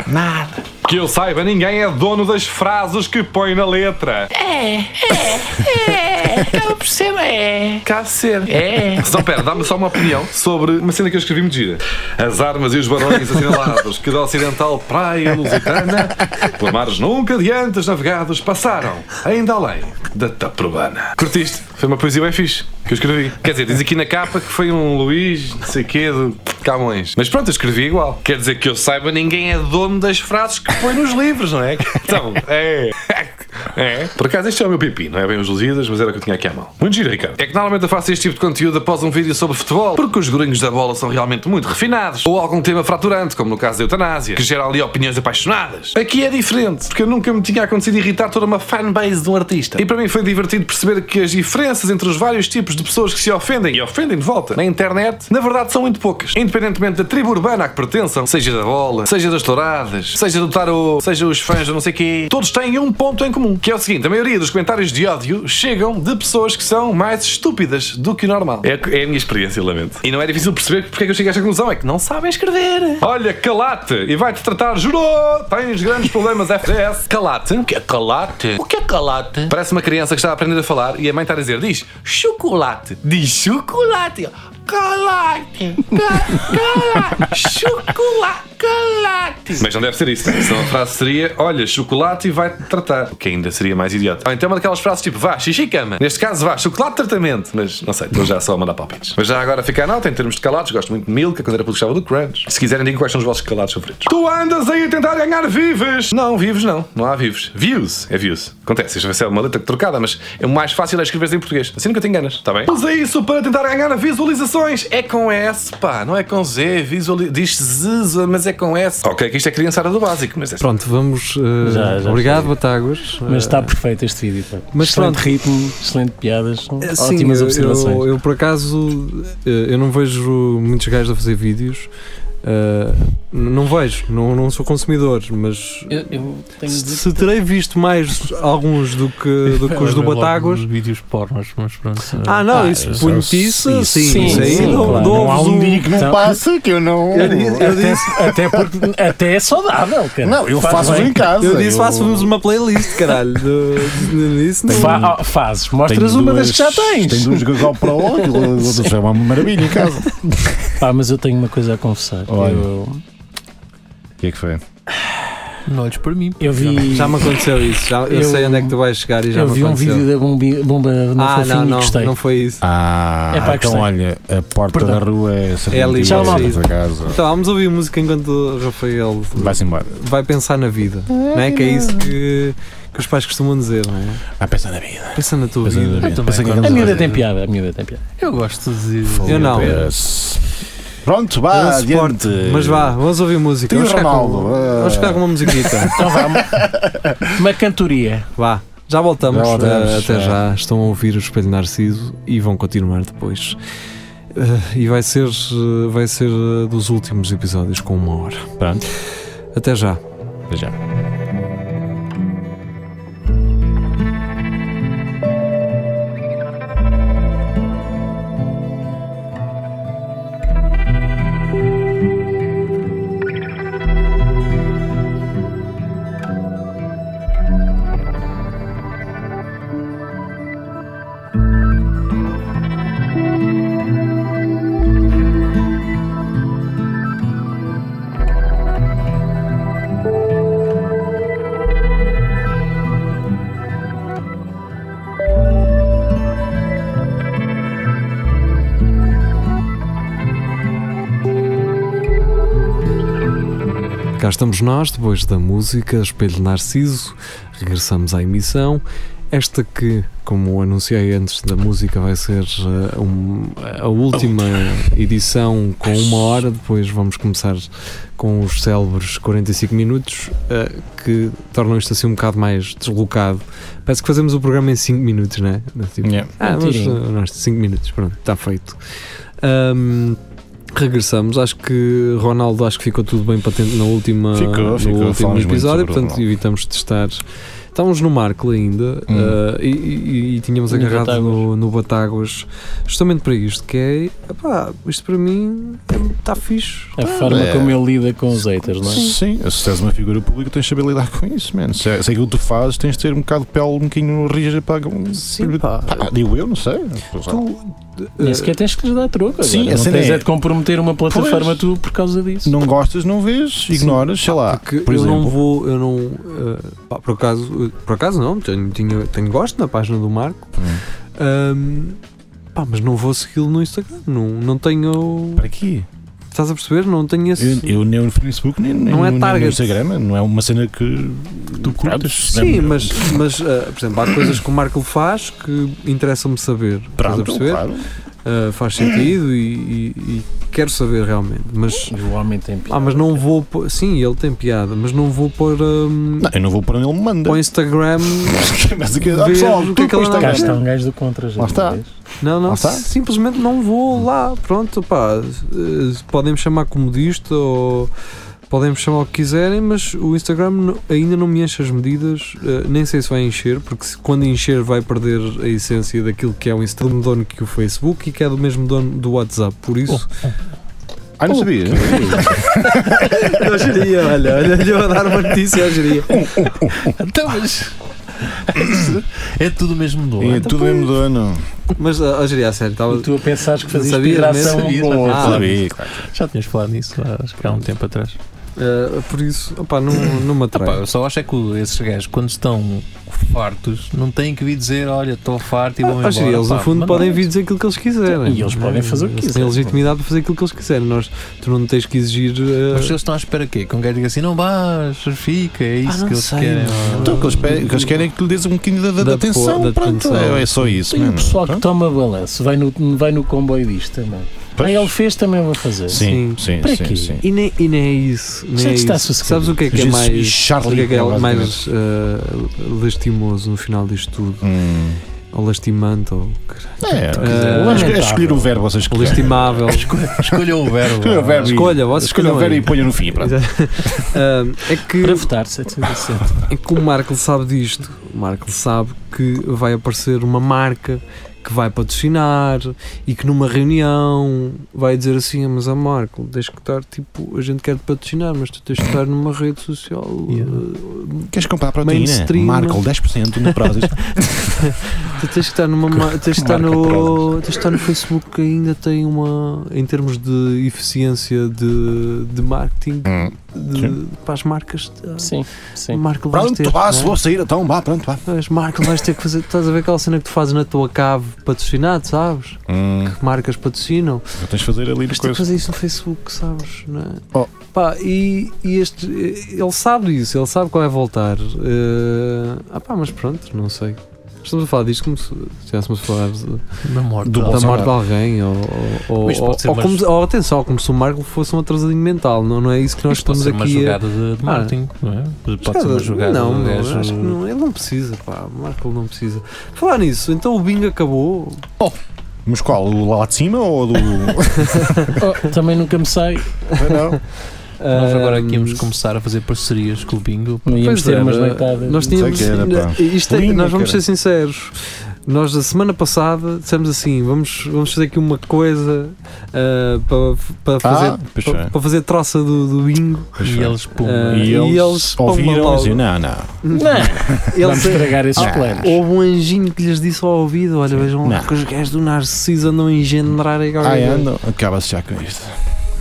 Speaker 8: nada. Que eu saiba, ninguém é dono das frases que põe na letra. Cá ser. É. Só pera, dá-me só uma opinião sobre uma cena que eu escrevi muito gira. As armas e os barões assinalados que da ocidental praia lusitana, por mares nunca adiantes navegados, passaram, ainda além da Taprobana. Curtiste? Foi uma poesia bem fixe que eu escrevi. Quer dizer, diz aqui na capa que foi um Luís, não sei quê, do Camões. Mas pronto, eu escrevi igual. Quer dizer que eu saiba, ninguém é dono das frases que põe nos livros, não é? Então, é. É. Por acaso, este é o meu pipi, não é bem os Lusíadas, mas era o que eu tinha aqui à mão. Muito giro, Ricardo. É que normalmente eu faço este tipo de conteúdo após um vídeo sobre futebol, porque os grunhos da bola são realmente muito refinados, ou algum tema fraturante, como no caso da eutanásia, que gera ali opiniões apaixonadas. Aqui é diferente, porque eu nunca me tinha acontecido irritar toda uma fanbase de um artista. E para mim foi divertido perceber que as diferenças entre os vários tipos de pessoas que se ofendem e ofendem de volta na internet, na verdade são muito poucas. Independentemente da tribo urbana a que pertençam, seja da bola, seja das touradas, seja do tarô, seja os fãs do não sei quê, todos têm um ponto em comum, que é o seguinte: a maioria dos comentários de ódio chegam de pessoas que são mais estúpidas do que o normal. É, é a minha experiência, lamento. E não é difícil perceber porque é que eu chego a esta conclusão, é que não sabem escrever. Olha, calate e vai-te tratar, jurou! Tens grandes problemas, FDS. Calate. O que é calate? O que é calate? Parece uma criança que está a aprender a falar e a mãe está a dizer: diz chocolate, diz chocolate. Calate, calate, chocolate, calate. Mas não deve ser isso, né? senão a frase seria: olha, chocolate e vai-te tratar. O que ainda seria mais idiota. Ou então uma daquelas frases tipo: vá, xixi cama. Neste caso, vá, chocolate tratamento. Mas não sei, estou já só a mandar palpites. Mas já agora fica a nota em termos de calados. Gosto muito de Milka, quando era puto gostava do Crunch. Se quiserem, digam quais são os vossos calados favoritos. Tu andas aí a tentar ganhar vivos! Não, vivos não. Não há vivos. Views é views. Acontece, isto vai ser uma letra trocada, mas é o mais fácil é escrever em português. Assim nunca te enganas, está bem? Usa isso para tentar ganhar visualizações. É com S, pá, não é com Z. Visuali... Diz Z, mas é com S. Ok, que isto é criançada do básico, mas é
Speaker 3: Pronto, vamos. eh,
Speaker 7: Já- já
Speaker 3: obrigado, Batáguas.
Speaker 7: Mas
Speaker 3: Eh,
Speaker 7: está perfeito este vídeo. pá.
Speaker 3: Mas
Speaker 7: excelente
Speaker 3: pronto. É,
Speaker 7: ritmo, excelente piadas,
Speaker 3: Eh, Sim,
Speaker 7: ótimas
Speaker 3: eu-
Speaker 7: observações.
Speaker 3: Eu, eu, por acaso eh, eu não vejo muitos gajos a fazer vídeos. Eh, n- não vejo, não, não sou consumidor, mas
Speaker 7: Eu- eu tenho de
Speaker 3: se,
Speaker 7: dizer
Speaker 3: se terei visto mais alguns do que, do que os do
Speaker 4: Lembro-me logo
Speaker 3: Batáguas.
Speaker 4: dos Vídeos pornos, mas pronto.
Speaker 3: Ah, não,
Speaker 7: Ah,
Speaker 3: isso
Speaker 7: isso-
Speaker 3: punhetice, sim,
Speaker 7: sim,
Speaker 3: isso aí
Speaker 7: sim,
Speaker 3: dou-
Speaker 7: claro.
Speaker 3: dou-vos
Speaker 5: Não há um dia que não
Speaker 7: Então-
Speaker 5: passa que eu não.
Speaker 3: Eu disse- eu disse-
Speaker 7: Até porque até é saudável, cara.
Speaker 5: Não, eu
Speaker 7: Faz
Speaker 5: faço
Speaker 7: bem.
Speaker 5: em casa.
Speaker 3: Eu disse,
Speaker 5: Eu-
Speaker 3: faço-vos uma playlist, caralho. Isso não.
Speaker 7: Fa- ah, fazes,
Speaker 5: Tenho
Speaker 7: mostras uma das
Speaker 5: duas-
Speaker 7: que já tens.
Speaker 5: Tenho duas GoPro, aquilo- aquilo é uma maravilha em casa.
Speaker 7: Pá, mas eu tenho uma coisa a confessar.
Speaker 5: Olha.
Speaker 7: Eu,
Speaker 5: O que é que foi?
Speaker 4: Não olhes para mim.
Speaker 7: eu vi,
Speaker 3: Já me aconteceu isso, já, eu,
Speaker 7: Eu-
Speaker 3: sei onde é que tu vais chegar e já
Speaker 7: eu
Speaker 3: me
Speaker 7: vi um
Speaker 3: aconteceu.
Speaker 7: vídeo da bombi- bomba no
Speaker 3: ah,
Speaker 7: fofinho
Speaker 3: não,
Speaker 7: e
Speaker 3: não,
Speaker 7: gostei.
Speaker 3: não foi isso.
Speaker 5: Ah,
Speaker 7: É pá,
Speaker 5: então
Speaker 7: gostei.
Speaker 5: olha, a porta
Speaker 7: Perdão.
Speaker 5: da rua é
Speaker 3: É ali,
Speaker 5: já
Speaker 7: já lá.
Speaker 5: casa.
Speaker 3: Então vamos ouvir música enquanto o Rafael
Speaker 5: Vai-se embora.
Speaker 3: vai pensar na vida, não é? Que é isso que, que os pais costumam dizer, não é?
Speaker 5: Vai pensar na vida.
Speaker 3: Pensa na Ah, tua
Speaker 5: Pensa na
Speaker 3: vida.
Speaker 5: vida. Pensa
Speaker 4: também
Speaker 5: que
Speaker 4: gosto.
Speaker 7: A
Speaker 5: aquelas-
Speaker 7: miúda tem piada, a miúda tem piada.
Speaker 4: Eu gosto de.
Speaker 3: Eu não.
Speaker 5: Yes. Pronto,
Speaker 3: Eu
Speaker 5: vá,
Speaker 3: não suporto,
Speaker 5: adiante.
Speaker 3: mas vá, vamos ouvir música.
Speaker 5: Tio
Speaker 3: Vamos ficar, com,
Speaker 5: Ronaldo, ah.
Speaker 3: vamos ficar com uma musiquita.
Speaker 7: Então vá, uma- uma cantoria.
Speaker 3: Vá, já voltamos.
Speaker 5: Já voltamos,
Speaker 3: Ah,
Speaker 5: já.
Speaker 3: até já. Estão a ouvir o Espelho Narciso e vão continuar depois. Ah, e vai ser, ah, vai ser ah, dos últimos episódios com uma hora.
Speaker 5: Pronto.
Speaker 3: Até já.
Speaker 5: Até já.
Speaker 3: Cá estamos nós, depois da música Espelho Narciso, regressamos à emissão Esta que, como anunciei antes da música, vai ser uh, um- a última edição com uma hora. Depois vamos começar com os célebres 45 minutos, uh, que tornam isto assim um bocado mais deslocado. Parece que fazemos o programa em 5 minutos, não é? Tipo,
Speaker 5: Yeah.
Speaker 3: ah,
Speaker 7: Um
Speaker 3: mas
Speaker 7: tirinho.
Speaker 3: uh, nós 5 minutos, pronto, está feito. Ahm, regressamos, acho que Ronaldo, acho que ficou tudo bem patente na última,
Speaker 5: Ficou,
Speaker 3: no
Speaker 5: ficou,
Speaker 3: último
Speaker 5: falamos muito
Speaker 3: episódio,
Speaker 5: sobre o
Speaker 3: portanto
Speaker 5: Ronaldo.
Speaker 3: evitamos testar. Estávamos no Marco ainda
Speaker 5: Hum.
Speaker 3: ah, e, e- e tínhamos
Speaker 7: No
Speaker 3: agarrado
Speaker 7: Batáguas.
Speaker 3: no, no Batáguas justamente para isto, que é epá, isto para mim está fixe.
Speaker 7: A forma
Speaker 5: É.
Speaker 7: como ele lida com os haters, não é?
Speaker 5: Sim, se és uma figura pública tens de saber lidar com isso, mano. Se, é- se aquilo que tu fazes tens de ter um bocado de pele um bocadinho rija para. um
Speaker 3: Sim, pá.
Speaker 5: Pá, digo eu, não sei.
Speaker 7: Nem sequer tens que lhes dar troco.
Speaker 5: É. Sim,
Speaker 7: agora.
Speaker 5: a
Speaker 7: não
Speaker 5: cena
Speaker 7: tens
Speaker 5: é-
Speaker 7: é de comprometer uma plataforma tu por causa disso.
Speaker 5: Não gostas, não vês, ignoras, sei lá.
Speaker 3: Ah, Porque
Speaker 5: por
Speaker 3: eu
Speaker 5: exemplo.
Speaker 3: não vou, eu não. eh, pá, por acaso, eh, por acaso não, tenho, tinha- tenho gosto na página do Marco.
Speaker 5: Hum.
Speaker 3: Ahm, pá, mas não vou segui-lo no Instagram. Não, não tenho.
Speaker 5: Para quê?
Speaker 3: Estás a perceber? Não tenho esse.
Speaker 5: Eu, eu nem no Facebook, nem, nem
Speaker 3: Não
Speaker 5: no-
Speaker 3: é
Speaker 5: nem no
Speaker 3: target.
Speaker 5: Instagram, não é uma cena que né? tu curtas.
Speaker 3: Sim, mas, mas eh, por exemplo, há coisas que o Marco faz que interessa-me saber. Estás a
Speaker 5: Pronto,
Speaker 3: perceber?
Speaker 5: claro.
Speaker 3: Eh, faz sentido e- e- e quero saber realmente. Mas.
Speaker 7: O homem tem piada.
Speaker 3: Ah, mas não vou. pôr- Sim, ele tem piada, mas não vou pôr. ahm,
Speaker 5: Não, eu não vou para onde ele me manda.
Speaker 3: para o Instagram
Speaker 5: mas aqui, ah,
Speaker 3: Ver
Speaker 5: pessoal,
Speaker 3: o que
Speaker 5: tu
Speaker 3: é que ela
Speaker 5: postas-
Speaker 7: Cá
Speaker 3: não-
Speaker 7: está um gajo do contra, já
Speaker 5: Lá está.
Speaker 7: vês?
Speaker 3: Não, não,
Speaker 5: Lá está.
Speaker 3: simplesmente não vou lá. Pronto, pá, eh, podem me chamar comodista ou podem me chamar o que quiserem, mas o Instagram no- ainda não me enche as medidas. eh, nem sei se vai encher, porque se- quando encher vai perder a essência daquilo que é o Instagram, do mesmo dono que o Facebook e que é do mesmo dono do WhatsApp. Por isso,
Speaker 5: Ah, não sabia.
Speaker 3: eu geria, olha, olha, lhe vou dar uma notícia, eu geria.
Speaker 4: Então, mas. é tudo o mesmo do
Speaker 5: É tudo
Speaker 3: Então
Speaker 5: mesmo dono.
Speaker 3: Mas, ó, geria, a sério, estava.
Speaker 7: E tu a pensares que fazias
Speaker 3: Sabia,
Speaker 7: piração
Speaker 3: mesmo?
Speaker 7: um com o outro.
Speaker 3: Ah,
Speaker 5: Sabia, claro.
Speaker 4: Já tinhas falado nisso acho que há um tempo atrás.
Speaker 3: eh, por isso, opá, não, não me
Speaker 4: Pá,
Speaker 3: atrai.
Speaker 4: eu só acho é que o- esses gajos, quando estão fartos, não têm que vir dizer: Olha, estou farto e vou
Speaker 3: Ah,
Speaker 4: embora.
Speaker 3: geria, eles no
Speaker 4: Pá,
Speaker 3: fundo
Speaker 4: mas
Speaker 3: podem
Speaker 4: não.
Speaker 3: vir dizer aquilo que eles quiserem.
Speaker 7: é E eles podem fazer o que
Speaker 3: Eles têm
Speaker 7: quiserem.
Speaker 3: legitimidade para fazer aquilo que eles quiserem. Nós, tu não tens que exigir. eh,
Speaker 4: Mas eles estão à espera quê? Que um gajo diga assim: Não vais, fica, é isso que eles querem.
Speaker 5: Então, o que eles, pe- o que eles querem é que lhe dês um bocadinho de, de- de
Speaker 3: Da
Speaker 5: atenção.
Speaker 3: po- da
Speaker 5: pronto,
Speaker 3: atenção. um
Speaker 5: é, é só isso.
Speaker 7: E o
Speaker 5: mano.
Speaker 7: pessoal que
Speaker 5: Pronto.
Speaker 7: toma balanço vai no, vai no comboio disto também.
Speaker 5: Pois.
Speaker 7: Ah, ele fez, também vou fazer.
Speaker 5: Sim,
Speaker 3: assim,
Speaker 5: sim,
Speaker 7: Para
Speaker 5: sim.
Speaker 7: quê?
Speaker 5: sim.
Speaker 3: E nem, e nem é isso. Nem
Speaker 7: Isso é
Speaker 3: é
Speaker 7: que está
Speaker 3: isso.
Speaker 7: sossegado.
Speaker 3: Sabes o que é que é
Speaker 5: Jesus e
Speaker 3: mais.
Speaker 5: Charlie,
Speaker 3: o que é que é
Speaker 5: basicamente.
Speaker 3: mais eh, lastimoso no final disto tudo?
Speaker 5: Hum.
Speaker 3: Ou lastimante, ou caralho,
Speaker 5: É,
Speaker 3: quiser.
Speaker 5: é, escolher- escolher o verbo, vocês
Speaker 3: ou
Speaker 5: escolhem.
Speaker 3: lastimável.
Speaker 4: Escolham o verbo.
Speaker 5: Escolha o verbo. e-
Speaker 3: Escolha, vocês
Speaker 5: Escolha o
Speaker 3: escolham
Speaker 5: verbo
Speaker 3: aí.
Speaker 5: e ponha no fim. pronto.
Speaker 3: Eh, é, que,
Speaker 7: Para votar, 760.
Speaker 3: é que o Marco sabe disto. O Marco sabe que vai aparecer uma marca que vai patrocinar e que numa reunião vai dizer assim: "Ah, Mas a Marco, tens que estar tipo, a gente quer te patrocinar, mas tu tens que estar numa rede social.
Speaker 4: Yeah.
Speaker 3: eh,
Speaker 5: Queres comprar né? proteína?
Speaker 3: Mainstream.
Speaker 5: Marco 10% no é, Prozis.
Speaker 3: Tu tens que estar numa ma- tens que estar
Speaker 5: Marca
Speaker 3: no tens que estar no Facebook que ainda tem uma em termos de eficiência de, de marketing
Speaker 5: Hum.
Speaker 3: de-
Speaker 5: Sim.
Speaker 3: para as marcas ah,
Speaker 7: Sim, sim.
Speaker 3: Marco vais ter
Speaker 5: Pronto, vá, se
Speaker 3: não
Speaker 5: vou sair, então vá, pronto, vá.
Speaker 3: é? Mas, Marco vais ter que fazer estás a ver aquela cena que tu fazes na tua cave patrocinado sabes
Speaker 5: Hum,
Speaker 3: que marcas patrocinam
Speaker 5: tens de fazer ali
Speaker 3: mas tens que
Speaker 5: coisa.
Speaker 3: fazer isso no Facebook sabes não é?
Speaker 5: Oh.
Speaker 3: Pá, e, e este ele sabe disso ele sabe qual é voltar Eh, ah pá mas pronto não sei Estamos a falar disto como se estivéssemos a falar de-
Speaker 4: Na morte.
Speaker 5: Do
Speaker 3: da
Speaker 5: Bolsonaro.
Speaker 3: morte de alguém, ou, ou, ou,
Speaker 4: Isto pode ser
Speaker 3: ou
Speaker 4: uma-
Speaker 3: como, ou atenção, como se o Marco fosse um atrasadinho mental, não, não é isso que nós
Speaker 4: Isto pode
Speaker 3: estamos
Speaker 4: ser uma
Speaker 3: aqui a.
Speaker 4: jogada de, de marketing, não é? Pode ser uma jogada
Speaker 3: não,
Speaker 4: do
Speaker 3: não,
Speaker 4: gajo- um
Speaker 3: acho que não, ele não precisa, pá, o Marco não precisa. Falar nisso, então o Bing acabou.
Speaker 5: Mas qual? O lá de cima ou do. Não,
Speaker 7: Oh, também nunca me sai.
Speaker 5: não.
Speaker 4: Nós agora
Speaker 3: Ahm,
Speaker 4: aqui íamos começar a fazer parcerias com o Bingo.
Speaker 7: Não íamos
Speaker 3: Pois
Speaker 7: ter
Speaker 3: era,
Speaker 7: umas noitadas.
Speaker 3: Nós
Speaker 5: sei
Speaker 3: tínhamos.
Speaker 5: que era, pá.
Speaker 3: isto é-
Speaker 5: Linha,
Speaker 3: nós vamos
Speaker 5: cara.
Speaker 3: ser sinceros. Nós, a semana passada, dissemos assim: vamos, vamos fazer aqui uma coisa ah, para, para, fazer,
Speaker 5: Ah, pois
Speaker 3: para,
Speaker 5: foi.
Speaker 3: para fazer troça do, do bingo.
Speaker 5: Pois
Speaker 4: E
Speaker 5: foi.
Speaker 4: eles, pum,
Speaker 3: Ah,
Speaker 5: E
Speaker 3: e
Speaker 5: eles,
Speaker 3: eles pomba
Speaker 5: ouviram
Speaker 3: logo.
Speaker 5: e diziam: Não, não,
Speaker 3: Ele
Speaker 7: Vamos
Speaker 3: se-
Speaker 7: estragar esses
Speaker 5: Ah.
Speaker 7: planos.
Speaker 3: Houve um anjinho que lhes disse ao ouvido: Olha, vejam lá
Speaker 5: Não.
Speaker 3: que os gajos do Narciso andam a engendrar aí qualquer
Speaker 5: ai,
Speaker 3: coisa."
Speaker 5: anda, acaba-se já com isto.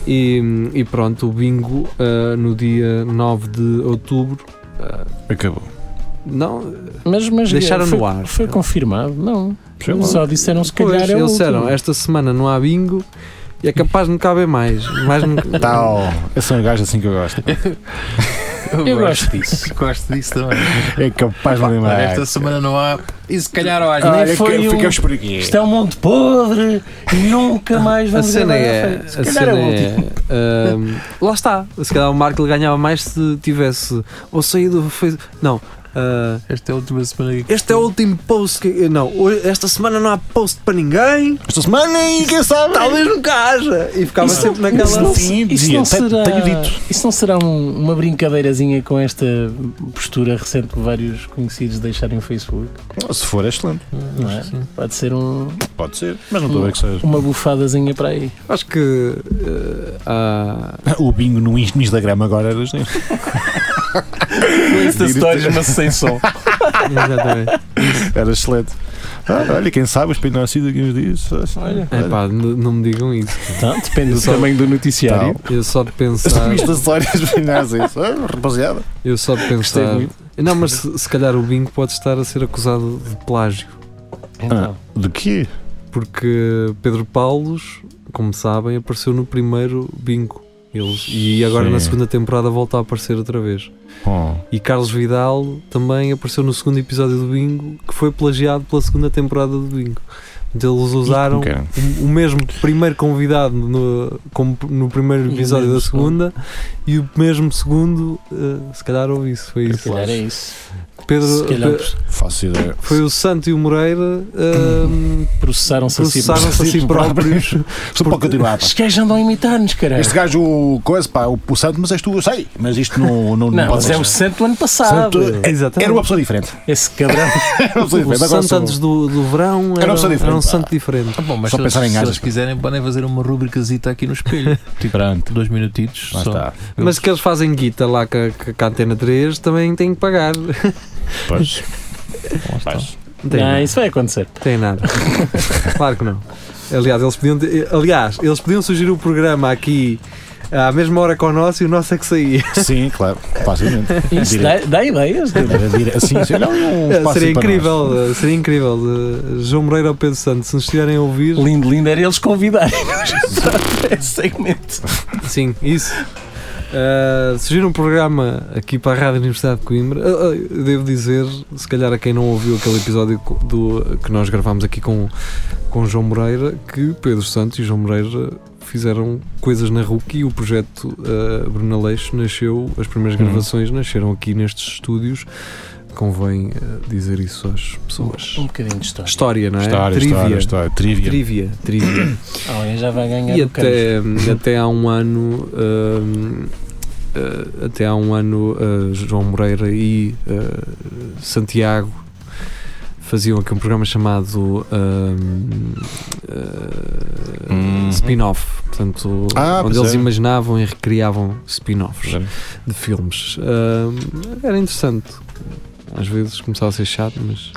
Speaker 3: E, e pronto, o bingo ah, no dia 9 de outubro. ah,
Speaker 5: Acabou.
Speaker 3: não,
Speaker 7: Mas, mas é,
Speaker 3: Deixaram
Speaker 7: foi,
Speaker 3: no ar.
Speaker 7: foi confirmado, não.
Speaker 5: Sei lá.
Speaker 7: Só disseram se calhar
Speaker 3: pois,
Speaker 7: é o
Speaker 3: eles disseram:
Speaker 7: último.
Speaker 3: Esta semana não há bingo e é capaz de não caber mais. mais não-
Speaker 5: Tal. Eu sou um gajo assim que eu gosto.
Speaker 7: Eu gosto disso.
Speaker 4: Gosto disso também.
Speaker 5: É capaz de
Speaker 4: Pá,
Speaker 5: lembrar.
Speaker 4: olha, esta semana não há. E se calhar, olha,
Speaker 7: Olha,
Speaker 4: nem
Speaker 7: que-
Speaker 4: foi um-
Speaker 5: Ficamos por aqui.
Speaker 7: Isto é um monte podre, nunca mais
Speaker 3: A
Speaker 7: vamos
Speaker 3: cena
Speaker 7: gravar
Speaker 3: é.
Speaker 7: à frente.
Speaker 3: A
Speaker 7: Se
Speaker 3: cena
Speaker 7: calhar Ah, é o último.
Speaker 3: é. ahm, lá está. Se calhar o Marco ele ganhava mais se tivesse ou saído. ou Fez, não. ah,
Speaker 4: Esta é a última semana que
Speaker 3: este é o último post que. Não, hoje- esta semana não há post para ninguém.
Speaker 5: Esta semana e quem sabe.
Speaker 3: Talvez nunca haja. E ficava
Speaker 7: Isso- é um
Speaker 3: sempre naquela.
Speaker 7: isso não-
Speaker 5: Sim,
Speaker 7: isso
Speaker 5: dizia,
Speaker 7: não
Speaker 5: te-
Speaker 7: será-
Speaker 5: tenho dito.
Speaker 7: Isso não será um- uma brincadeirazinha com esta postura recente que vários conhecidos deixarem o Facebook?
Speaker 5: Se for, é excelente.
Speaker 7: Não é? Pode ser um-
Speaker 5: Pode ser. Mas não estou a ver que seja.
Speaker 7: uma bufadazinha para aí.
Speaker 3: Acho que. ah, há-
Speaker 5: O bingo no Inst- no Instagram agora era excelente.
Speaker 4: Insta
Speaker 5: Stories,
Speaker 4: mas sem som.
Speaker 3: ah, exatamente.
Speaker 5: Era excelente. Ah, olha, quem sabe, o espelho nascido daqui uns dias. Ah, Olha.
Speaker 3: É pá, n- não me digam isso.
Speaker 7: Então, depende do
Speaker 3: Só-
Speaker 7: tamanho do noticiário.
Speaker 3: Eu só de pensar.
Speaker 5: As revistas histórias finais, isso. Ah, rapaziada.
Speaker 3: Eu só de pensar. Não, mas se, se calhar o Bingo pode estar a ser acusado de plágio.
Speaker 4: Então,
Speaker 7: Ah,
Speaker 5: De quê?
Speaker 3: Porque Pedro Paulos, como sabem, apareceu no primeiro Bingo. Eles, e agora
Speaker 5: Sim.
Speaker 3: na segunda temporada volta a aparecer outra vez.
Speaker 5: Oh.
Speaker 3: E Carlos Vidal também apareceu no segundo episódio do Bingo, que foi plagiado pela segunda temporada do Bingo. Então eles usaram
Speaker 5: Ok.
Speaker 3: o- o mesmo primeiro convidado no, como no primeiro
Speaker 7: E o
Speaker 3: episódio
Speaker 7: mesmo
Speaker 3: da segunda e o mesmo segundo, eh, se calhar houve isso, foi
Speaker 7: Se
Speaker 3: isso.
Speaker 7: calhar é isso.
Speaker 3: Pedro,
Speaker 7: Se calhar é um
Speaker 3: Pe-
Speaker 5: Faço ideia.
Speaker 3: foi o Santo e o Moreira ehm,
Speaker 7: processaram-se a si
Speaker 3: processaram-se a si próprios.
Speaker 5: Só para continuar. pá.
Speaker 7: Estes gajos andam a imitar-nos, caralho.
Speaker 5: Este gajo, o coisa, pá, o, o santo, mas és tu, eu sei. Mas isto não, não,
Speaker 7: Não,
Speaker 5: pode
Speaker 7: mas é o
Speaker 5: ser.
Speaker 7: santo do ano passado.
Speaker 5: Santo-
Speaker 3: Exatamente.
Speaker 5: Era uma pessoa diferente.
Speaker 7: Esse cabrão.
Speaker 5: Era uma pessoa
Speaker 3: O
Speaker 5: diferente. Agora
Speaker 3: santo
Speaker 5: sou-
Speaker 3: antes do, do verão era,
Speaker 5: Era um santo
Speaker 3: era
Speaker 5: diferente, pá.
Speaker 3: um
Speaker 5: Ah,
Speaker 3: santo diferente.
Speaker 4: Bom, mas
Speaker 5: Só
Speaker 4: se,
Speaker 5: pensar em
Speaker 4: eles, se
Speaker 5: gajas.
Speaker 4: eles quiserem, podem fazer uma rubricazita aqui no espelho.
Speaker 5: Tipo, Pronto.
Speaker 4: Dois minutitos.
Speaker 5: Lá
Speaker 4: só.
Speaker 5: está.
Speaker 3: Mas que eles fazem guita lá com a, com a Antena 3 também têm que pagar. Não
Speaker 5: Pois.
Speaker 4: Lá está.
Speaker 3: tem,
Speaker 7: Não,
Speaker 3: nada,
Speaker 7: isso vai acontecer.
Speaker 3: tem nada. Claro que não. Aliás, eles podiam, ter- aliás, eles podiam sugerir o programa aqui à mesma hora que o nosso e o nosso é que saía.
Speaker 5: Sim, claro. Facilmente.
Speaker 7: Isso dá, dá ideias.
Speaker 5: Assim, assim, olha um espaço
Speaker 3: seria
Speaker 5: aí para nós.
Speaker 3: incrível, eh, seria incrível. eh, João Moreira ou Pedro Santos, se nos estiverem a ouvir,
Speaker 7: Lindo, lindo era eles convidarem-nos para esse segmento.
Speaker 3: Sim, isso. Uh, surgir um programa aqui para a Rádio Universidade de Coimbra. Uh, uh, eu devo dizer, se calhar a quem não ouviu aquele episódio co- do, que nós gravámos aqui com, com João Moreira, que Pedro Santos e João Moreira fizeram coisas na RUC e o projeto uh, Bruno Aleixo nasceu, as primeiras
Speaker 5: Uhum.
Speaker 3: gravações nasceram aqui nestes estúdios. Convém uh, dizer isso às pessoas.
Speaker 7: Um bocadinho de história.
Speaker 3: História, não é?
Speaker 5: História,
Speaker 3: trivia.
Speaker 5: história, história. Trivia.
Speaker 3: Trivia, trivia.
Speaker 7: Alguém já vai ganhar
Speaker 3: E
Speaker 7: um bocadinho.
Speaker 3: até, até há um ano, hum, eh, até há um ano, eh, João Moreira e eh, Santiago faziam aqui um programa chamado hum, eh,
Speaker 5: Uhum.
Speaker 3: Spin-off, portanto,
Speaker 5: Ah,
Speaker 3: onde
Speaker 5: pois
Speaker 3: eles
Speaker 5: é.
Speaker 3: imaginavam e recriavam spin-offs
Speaker 5: Pois é.
Speaker 3: de filmes. Hum, era interessante. Às vezes começava a ser chato, mas.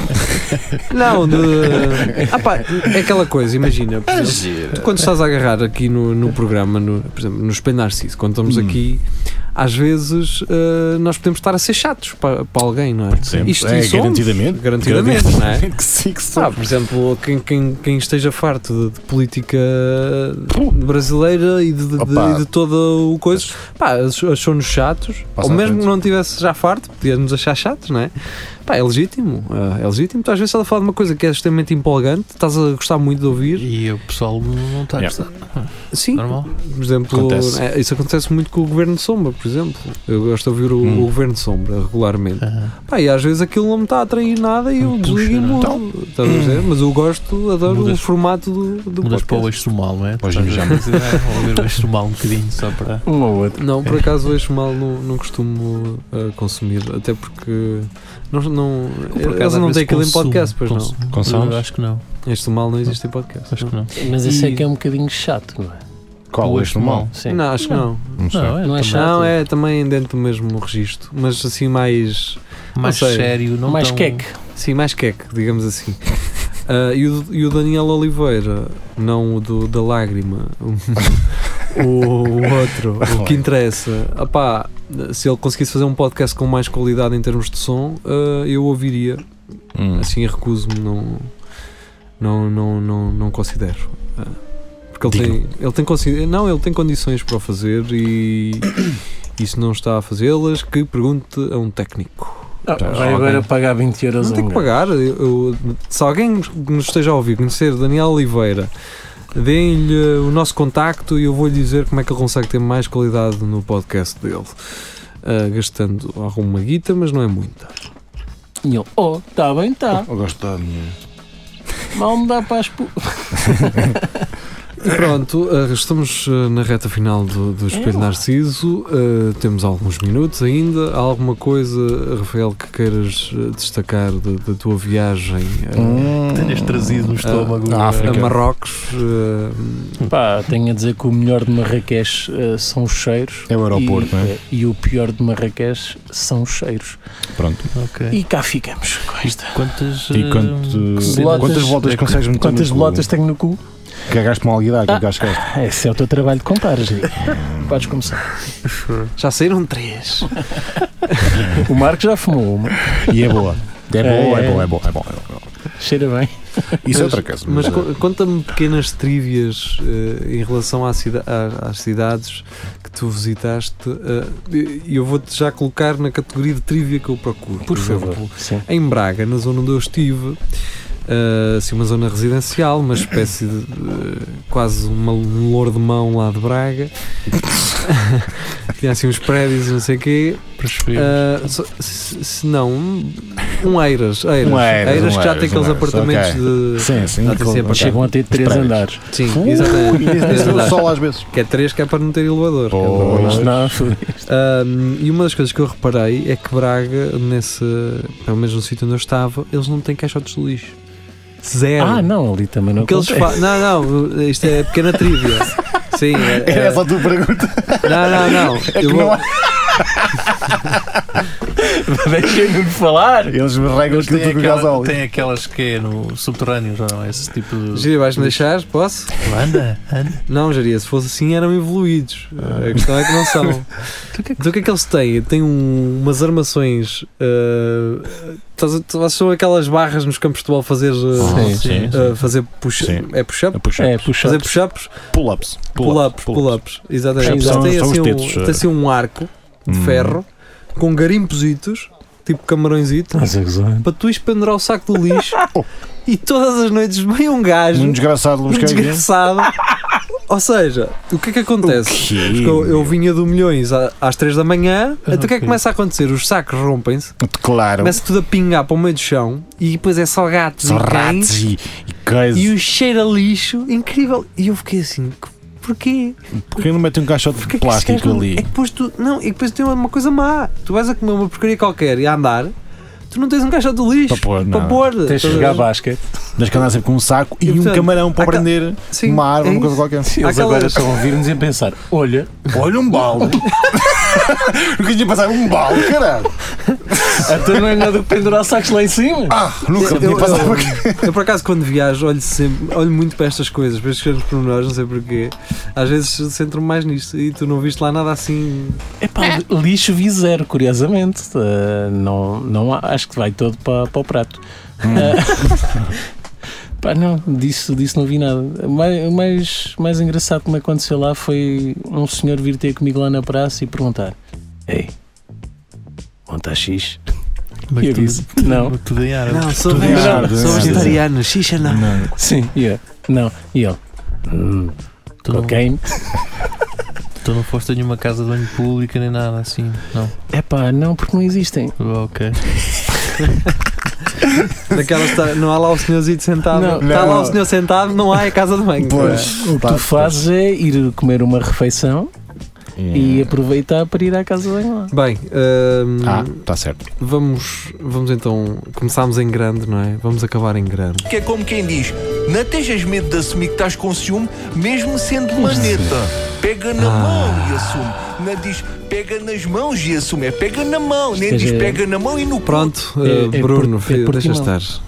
Speaker 3: Não, de. Ah, pá, é aquela coisa, imagina.
Speaker 5: É
Speaker 3: por exemplo, Tu, quando estás a agarrar aqui no, no programa, no, por exemplo, no Espelho Narciso, quando estamos
Speaker 5: Hum.
Speaker 3: aqui, às vezes eh, nós podemos estar a ser chatos para, para alguém, não é?
Speaker 5: Sempre.
Speaker 3: Isto
Speaker 5: é,
Speaker 3: e somos,
Speaker 5: garantidamente.
Speaker 3: garantidamente, não é?
Speaker 5: que sim, que
Speaker 3: Ah,
Speaker 5: sabe.
Speaker 3: por exemplo, quem, quem, quem esteja farto de, de política brasileira e de, de,
Speaker 5: Opa.
Speaker 3: de- de todo o coisa, pá, achou- achou-nos chatos,
Speaker 5: Passa
Speaker 3: ou
Speaker 5: à
Speaker 3: mesmo
Speaker 5: frente.
Speaker 3: que não tivesse já farto, podíamos achar chatos, não é? Pá, é legítimo, ah, é legítimo. Tu às vezes estás a falar de uma coisa que é extremamente empolgante, estás a gostar muito de ouvir,
Speaker 4: E o pessoal não está a
Speaker 5: Yeah.
Speaker 4: gostar.
Speaker 3: sim,
Speaker 4: Normal.
Speaker 3: por exemplo,
Speaker 5: Acontece.
Speaker 3: é, isso acontece muito com o Governo de Sombra, por exemplo. Eu gosto de ouvir o,
Speaker 5: Hum.
Speaker 3: o Governo de Sombra regularmente.
Speaker 4: Ah,
Speaker 3: Pá, e às vezes aquilo não me está a atrair nada e eu
Speaker 4: Puxa,
Speaker 3: desligo e
Speaker 4: não. Hum.
Speaker 3: mudo. Estás a dizer? Mas eu gosto, adoro
Speaker 4: Mudas-
Speaker 3: o formato do, do
Speaker 4: Mudas
Speaker 3: podcast.
Speaker 4: para o eixo do mal, não é?
Speaker 5: Pois,
Speaker 4: Estás a
Speaker 5: já.
Speaker 4: ver? Vou ver o eixo do mal um bocadinho só para.
Speaker 7: Um ou outro.
Speaker 3: Não, por acaso o eixo mal não, não costumo uh, consumir, até porque não, não,
Speaker 4: Por acaso,
Speaker 3: eles
Speaker 4: às
Speaker 3: não
Speaker 4: vezes
Speaker 3: têm aquilo em
Speaker 4: consumo,
Speaker 3: podcast, pois
Speaker 4: consumo.
Speaker 5: Consumes?
Speaker 4: Eu Acho que não.
Speaker 3: não. Este mal não existe em podcast.
Speaker 4: Acho que não.
Speaker 7: Mas isso é
Speaker 3: E-
Speaker 7: que é um bocadinho chato, não é?
Speaker 5: Qual
Speaker 4: O
Speaker 5: é
Speaker 4: eixo
Speaker 5: este
Speaker 4: do
Speaker 5: mal?
Speaker 4: mal.
Speaker 7: Sim.
Speaker 3: Não, acho que não.
Speaker 5: Não sei.
Speaker 4: Não, é,
Speaker 7: Não é
Speaker 4: também-
Speaker 7: chato.
Speaker 3: Não, é também dentro do mesmo registro, mas assim mais
Speaker 4: mais
Speaker 3: Não sei.
Speaker 4: sério, não
Speaker 7: Mais
Speaker 4: tão...
Speaker 7: queque.
Speaker 3: Sim, mais queque, digamos assim. Ah, e, o, e o Daniel Oliveira, não o do, da lágrima, o, o outro, o que interessa. Ah pá, se ele conseguisse fazer um podcast com mais qualidade em termos de som, ah, eu ouviria.
Speaker 5: Hum.
Speaker 3: Assim, recuso-me, não, não, não, não, não considero. Ah, porque ele tem, ele, tem consi- não, ele tem condições para o fazer e, e se não está a fazê-las, que pergunte a um técnico.
Speaker 7: Ah,
Speaker 3: Já,
Speaker 7: vai
Speaker 3: já
Speaker 7: agora
Speaker 3: alguém-
Speaker 7: pagar 20 euros
Speaker 3: Não tem
Speaker 7: um
Speaker 3: que pagar. eu- eu- se alguém nos- nos esteja a ouvir conhecer Daniel Oliveira, deem-lhe eh, o nosso contacto e eu vou-lhe dizer como é que ele consegue ter mais qualidade no podcast dele. Ah, gastando alguma guita, mas não é muita.
Speaker 7: E ele, oh, está bem, está.
Speaker 5: Eu gosto da minha.
Speaker 7: Mal me dá para as pu-
Speaker 3: E pronto, ah, estamos ah, na reta final do, do Espelho Narciso. ah, temos alguns minutos ainda. Há alguma coisa, Rafael, que queiras ah, destacar da, da tua viagem ah,
Speaker 4: Tenhas trazido no estômago.
Speaker 5: Hum, na
Speaker 4: eh,
Speaker 5: África.
Speaker 3: a Marrocos? ah,
Speaker 7: Pá, tenho a dizer que o melhor de Marrakech eh, são os cheiros.
Speaker 5: É o aeroporto,
Speaker 7: e,
Speaker 5: não é?
Speaker 7: eh, E o pior de Marrakech são os cheiros.
Speaker 5: Pronto.
Speaker 4: ok.
Speaker 7: E cá ficamos com esta.
Speaker 4: Quantas,
Speaker 5: E
Speaker 4: eh,
Speaker 5: quanto-
Speaker 4: cenas
Speaker 5: quantas voltas
Speaker 4: é que-
Speaker 5: consegues meter
Speaker 7: Quantas
Speaker 5: no cu?
Speaker 7: lotas tenho no cu?
Speaker 5: Cagaste com alguidade,
Speaker 3: Ah.
Speaker 5: que gajo gaste.
Speaker 7: Esse é o teu trabalho de contar, Gil. Podes começar.
Speaker 3: já saíram três.
Speaker 7: O Marco já fumou uma.
Speaker 5: E é boa. É boa, é boa, é boa, é boa. é boa.
Speaker 7: Cheira bem.
Speaker 5: Isso é
Speaker 3: Mas-
Speaker 5: outra coisa.
Speaker 3: Mas co- conta-me pequenas trivias eh, em relação à cida- à- às cidades que tu visitaste eh, e eu vou-te já colocar na categoria de trivia que eu procuro.
Speaker 7: Por favor.
Speaker 3: exemplo,
Speaker 7: Sim.
Speaker 3: Em Braga, na zona onde eu estive, eh, assim, uma zona residencial, uma espécie de eh, quase uma, um lourdemão lá de Braga. Tinha assim uns prédios e não sei o quê.
Speaker 4: Percebi.
Speaker 3: Ah, só- se, se não, um um Eiras. Eiras,
Speaker 5: Um Eiras,
Speaker 3: Eiras que
Speaker 5: um
Speaker 3: já
Speaker 5: Eiras,
Speaker 3: tem aqueles
Speaker 5: um Eiras,
Speaker 3: apartamentos
Speaker 5: ok.
Speaker 3: de.
Speaker 5: é. Sim, sim.
Speaker 3: Dá-te assim a
Speaker 5: claro.
Speaker 3: paixão.
Speaker 7: Chegam a ter três
Speaker 5: Prémios.
Speaker 7: andares.
Speaker 3: Sim,
Speaker 5: Ui,
Speaker 3: exatamente.
Speaker 5: Esse é o
Speaker 3: Exatamente.
Speaker 5: sol às vezes.
Speaker 3: Que é três que é para não ter elevador.
Speaker 5: Pois.
Speaker 7: Mas não, foi-
Speaker 3: Ahm, e uma das coisas que eu reparei é que Braga, nesse, pelo menos no sítio onde eu estava, eles não têm caixotes de lixo. Zero.
Speaker 7: Ah, não, ali também não
Speaker 3: O que eles fa-
Speaker 7: acontece.
Speaker 3: não, não, isto é pequena trivia. Sim, é-
Speaker 5: Era
Speaker 3: é-
Speaker 5: essa a tua pergunta.
Speaker 3: não, não, não. Eu vou-
Speaker 5: É não há-
Speaker 7: Deixem-me falar.
Speaker 5: Eles me regam aquilo
Speaker 4: Tem,
Speaker 5: tudo com
Speaker 4: aquela-
Speaker 5: gás óleo.
Speaker 4: tem aquelas que é no subterrâneo, já não é? Esse tipo de.
Speaker 3: Gíria, vais-me deixar? Posso?
Speaker 4: Anda, anda.
Speaker 3: Não, Jaria, se fosse assim eram evoluídos. A questão é que não são. então o que é que eles têm? Têm um- umas armações. ah, estás a- tu- são aquelas barras nos campos de futebol fazer. ah,
Speaker 7: Sim,
Speaker 4: sim.
Speaker 3: ah, fazer push
Speaker 5: Sim.
Speaker 3: É push-up?
Speaker 5: Puxa.
Speaker 7: É, puxa.
Speaker 3: Fazer push-ups?
Speaker 5: Pull-ups.
Speaker 3: Pull-ups, pull-ups. Exatamente.
Speaker 7: Push-ups são-
Speaker 3: tem,
Speaker 5: são os
Speaker 3: assim
Speaker 5: tetos,
Speaker 3: um,
Speaker 5: eh.
Speaker 3: tem assim um arco de
Speaker 5: Hum.
Speaker 3: ferro com garimpositos, tipo camarãozito,
Speaker 7: Estás a gozar.
Speaker 3: para tu espendurar o saco do lixo e todas as noites vem um gajo.
Speaker 5: Um desgraçado
Speaker 3: Um
Speaker 5: Luís Caguinho.
Speaker 3: desgraçado. Ou seja, o que é que acontece?
Speaker 5: quê?
Speaker 3: Porque eu, eu vinha do Milhões à- às 3 da manhã, então o que é
Speaker 4: ok.
Speaker 3: que começa a acontecer? Os sacos rompem-se,
Speaker 5: Claro.
Speaker 3: começa tudo a pingar para o meio do chão e depois é só gatos
Speaker 5: São
Speaker 3: e cães
Speaker 5: ratos e, e coisas.
Speaker 3: e o cheiro a lixo, incrível. E eu fiquei assim, "Que- porquê?
Speaker 5: Porquê não mete um caixote
Speaker 3: Porquê
Speaker 5: de
Speaker 3: que esse gajo
Speaker 5: plástico
Speaker 3: não-
Speaker 5: ali?
Speaker 3: É que depois tu, não, e depois tem uma coisa má. Tu vais a comer uma porcaria qualquer e a andar, tu não tens um caixa de lixo.
Speaker 5: Para pôr, não.
Speaker 3: Para pôr.
Speaker 7: Tens de
Speaker 3: Estás a
Speaker 7: jogar
Speaker 3: ver?
Speaker 7: basquete.
Speaker 5: Mas que andar sempre com um saco e,
Speaker 3: E,
Speaker 5: um
Speaker 3: portanto,
Speaker 5: camarão para
Speaker 3: há ca-
Speaker 5: prender
Speaker 3: Sim,
Speaker 5: uma árvore,
Speaker 3: é
Speaker 5: uma coisa
Speaker 3: isso.
Speaker 5: qualquer.
Speaker 7: Eles
Speaker 3: Aquela-
Speaker 7: agora estão a ouvir-nos e a pensar: olha,
Speaker 5: Olha um balde. Eu queria passar um balde, caralho.
Speaker 7: até não é nada que pendurar sacos lá em cima.
Speaker 5: Ah, nunca
Speaker 3: Eu-
Speaker 5: podia
Speaker 3: eu-
Speaker 5: passar
Speaker 3: eu-
Speaker 5: por aqui.
Speaker 3: Eu por acaso quando viajo olho sempre, olho muito para estas coisas, para estes grandes pormenores, não sei porquê. Às vezes centro-me mais nisto e tu não viste lá nada assim.
Speaker 7: Epá, lixo vi zero, curiosamente. Ah, não, não há- acho que vai todo para, para o prato. Ah, pá, não, disso, disso não vi nada. O mais, o mais, o mais engraçado que me aconteceu lá foi um senhor vir ter comigo lá na praça e perguntar: Ei, monta X?
Speaker 4: Mas
Speaker 7: eu
Speaker 4: tudo-
Speaker 7: disse, não.
Speaker 4: Tudo em árabe.
Speaker 3: Não, sou,
Speaker 5: Tudo
Speaker 3: vegan-
Speaker 5: errado, né?
Speaker 3: sou
Speaker 5: tudo
Speaker 3: vegetariano, xixa não.
Speaker 7: Sim, yeah, não. E ele: hum,
Speaker 4: Tu não-
Speaker 7: Ok.
Speaker 4: Tu não foste a nenhuma casa de banho pública nem nada assim. Não.
Speaker 7: Epá, não, porque não existem.
Speaker 4: Ok.
Speaker 3: Daquelas tá- não há lá o senhorzinho sentado.
Speaker 7: Não.
Speaker 3: está lá
Speaker 5: Não.
Speaker 3: o senhor sentado, não há a casa de banho.
Speaker 5: Pois, tá.
Speaker 7: O que tu fazes é ir comer uma refeição e aproveitar para ir à casa bem lá.
Speaker 3: Bem, hum,
Speaker 5: Ah, está certo.
Speaker 3: vamos, vamos então. Começámos em grande, não é? Vamos acabar em grande.
Speaker 2: Que é como quem diz: não tejas medo de assumir que estás com ciúme, mesmo sendo
Speaker 7: é.
Speaker 2: maneta. Pega
Speaker 7: Ah.
Speaker 2: na mão e assume. Não diz pega nas mãos e assume. É pega na mão, nem
Speaker 7: Quer
Speaker 2: diz
Speaker 7: dizer,
Speaker 2: pega na mão e no cu.
Speaker 3: Pronto,
Speaker 7: É-
Speaker 3: uh,
Speaker 7: é
Speaker 3: Bruno,
Speaker 7: Port- é
Speaker 3: filho, deixa
Speaker 7: Portimão.
Speaker 3: estar.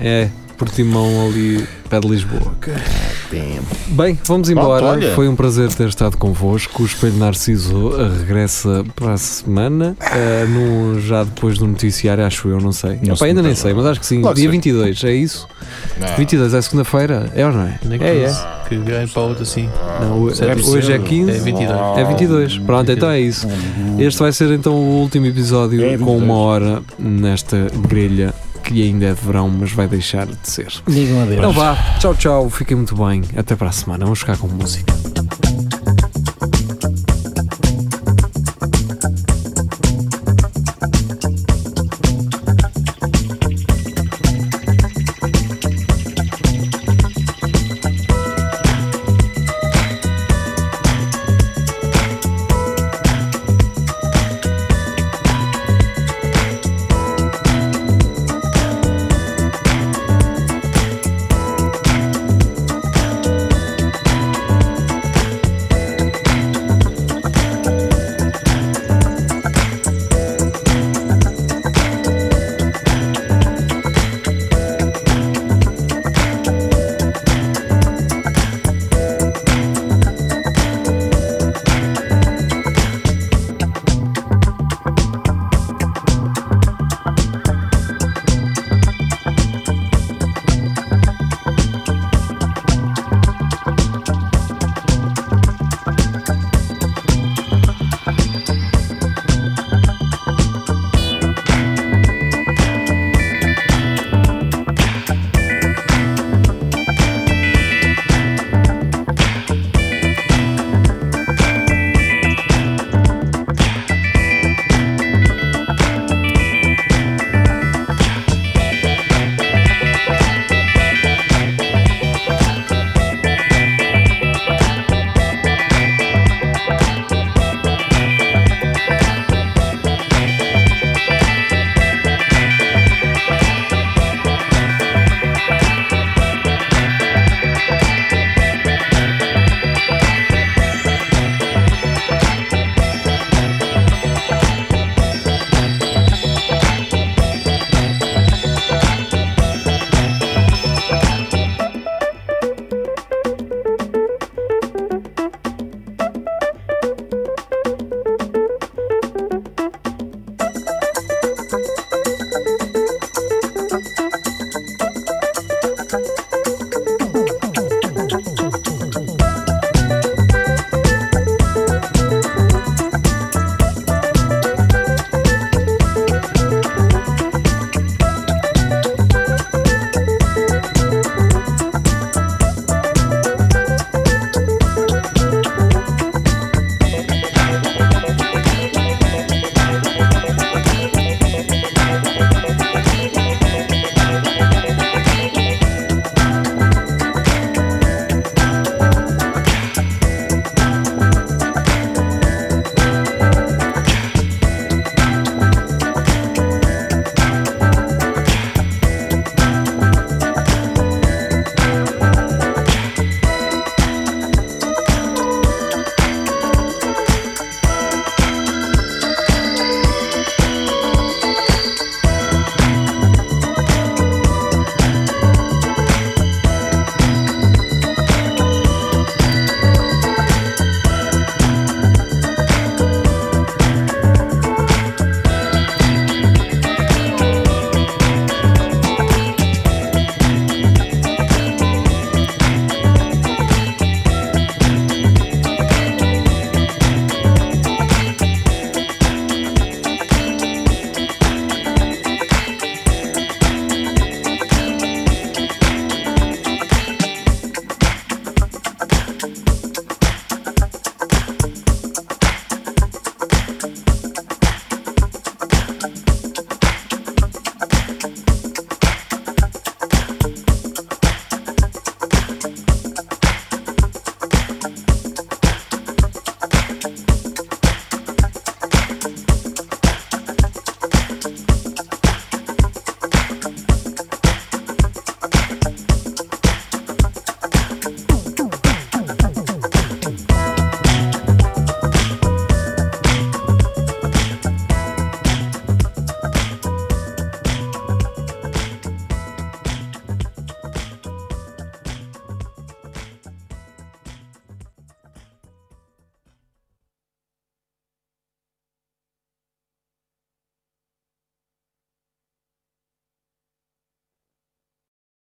Speaker 3: É, Portimão ali, pé de Lisboa. Bem, vamos embora.
Speaker 5: Pronto, olha.
Speaker 3: Foi um prazer ter estado convosco. O Espelho Narciso uh, regressa para a semana, uh, num- já depois do noticiário, acho eu, não sei.
Speaker 5: Não
Speaker 3: Epá,
Speaker 5: sei,
Speaker 3: ainda nem
Speaker 5: não sei. Ah.
Speaker 3: sei, mas acho que sim.
Speaker 5: Claro que
Speaker 3: Dia
Speaker 5: sei.
Speaker 3: 22, é isso? 22 é segunda-feira? É ou não é?
Speaker 4: Onde é que
Speaker 3: É,
Speaker 4: tu-
Speaker 3: é.
Speaker 4: que ganho para outro assim.
Speaker 3: Não, hoje é 15.
Speaker 4: É 22.
Speaker 3: É 22. Pronto, então é isso. Este vai ser então o último episódio
Speaker 5: É
Speaker 3: com
Speaker 5: 22.
Speaker 3: uma hora nesta grelha que ainda é de verão, mas vai deixar de ser.
Speaker 7: Digam adeus.
Speaker 3: Então vá, tchau, tchau, fiquem muito bem. Até para a semana. Vamos ficar com música.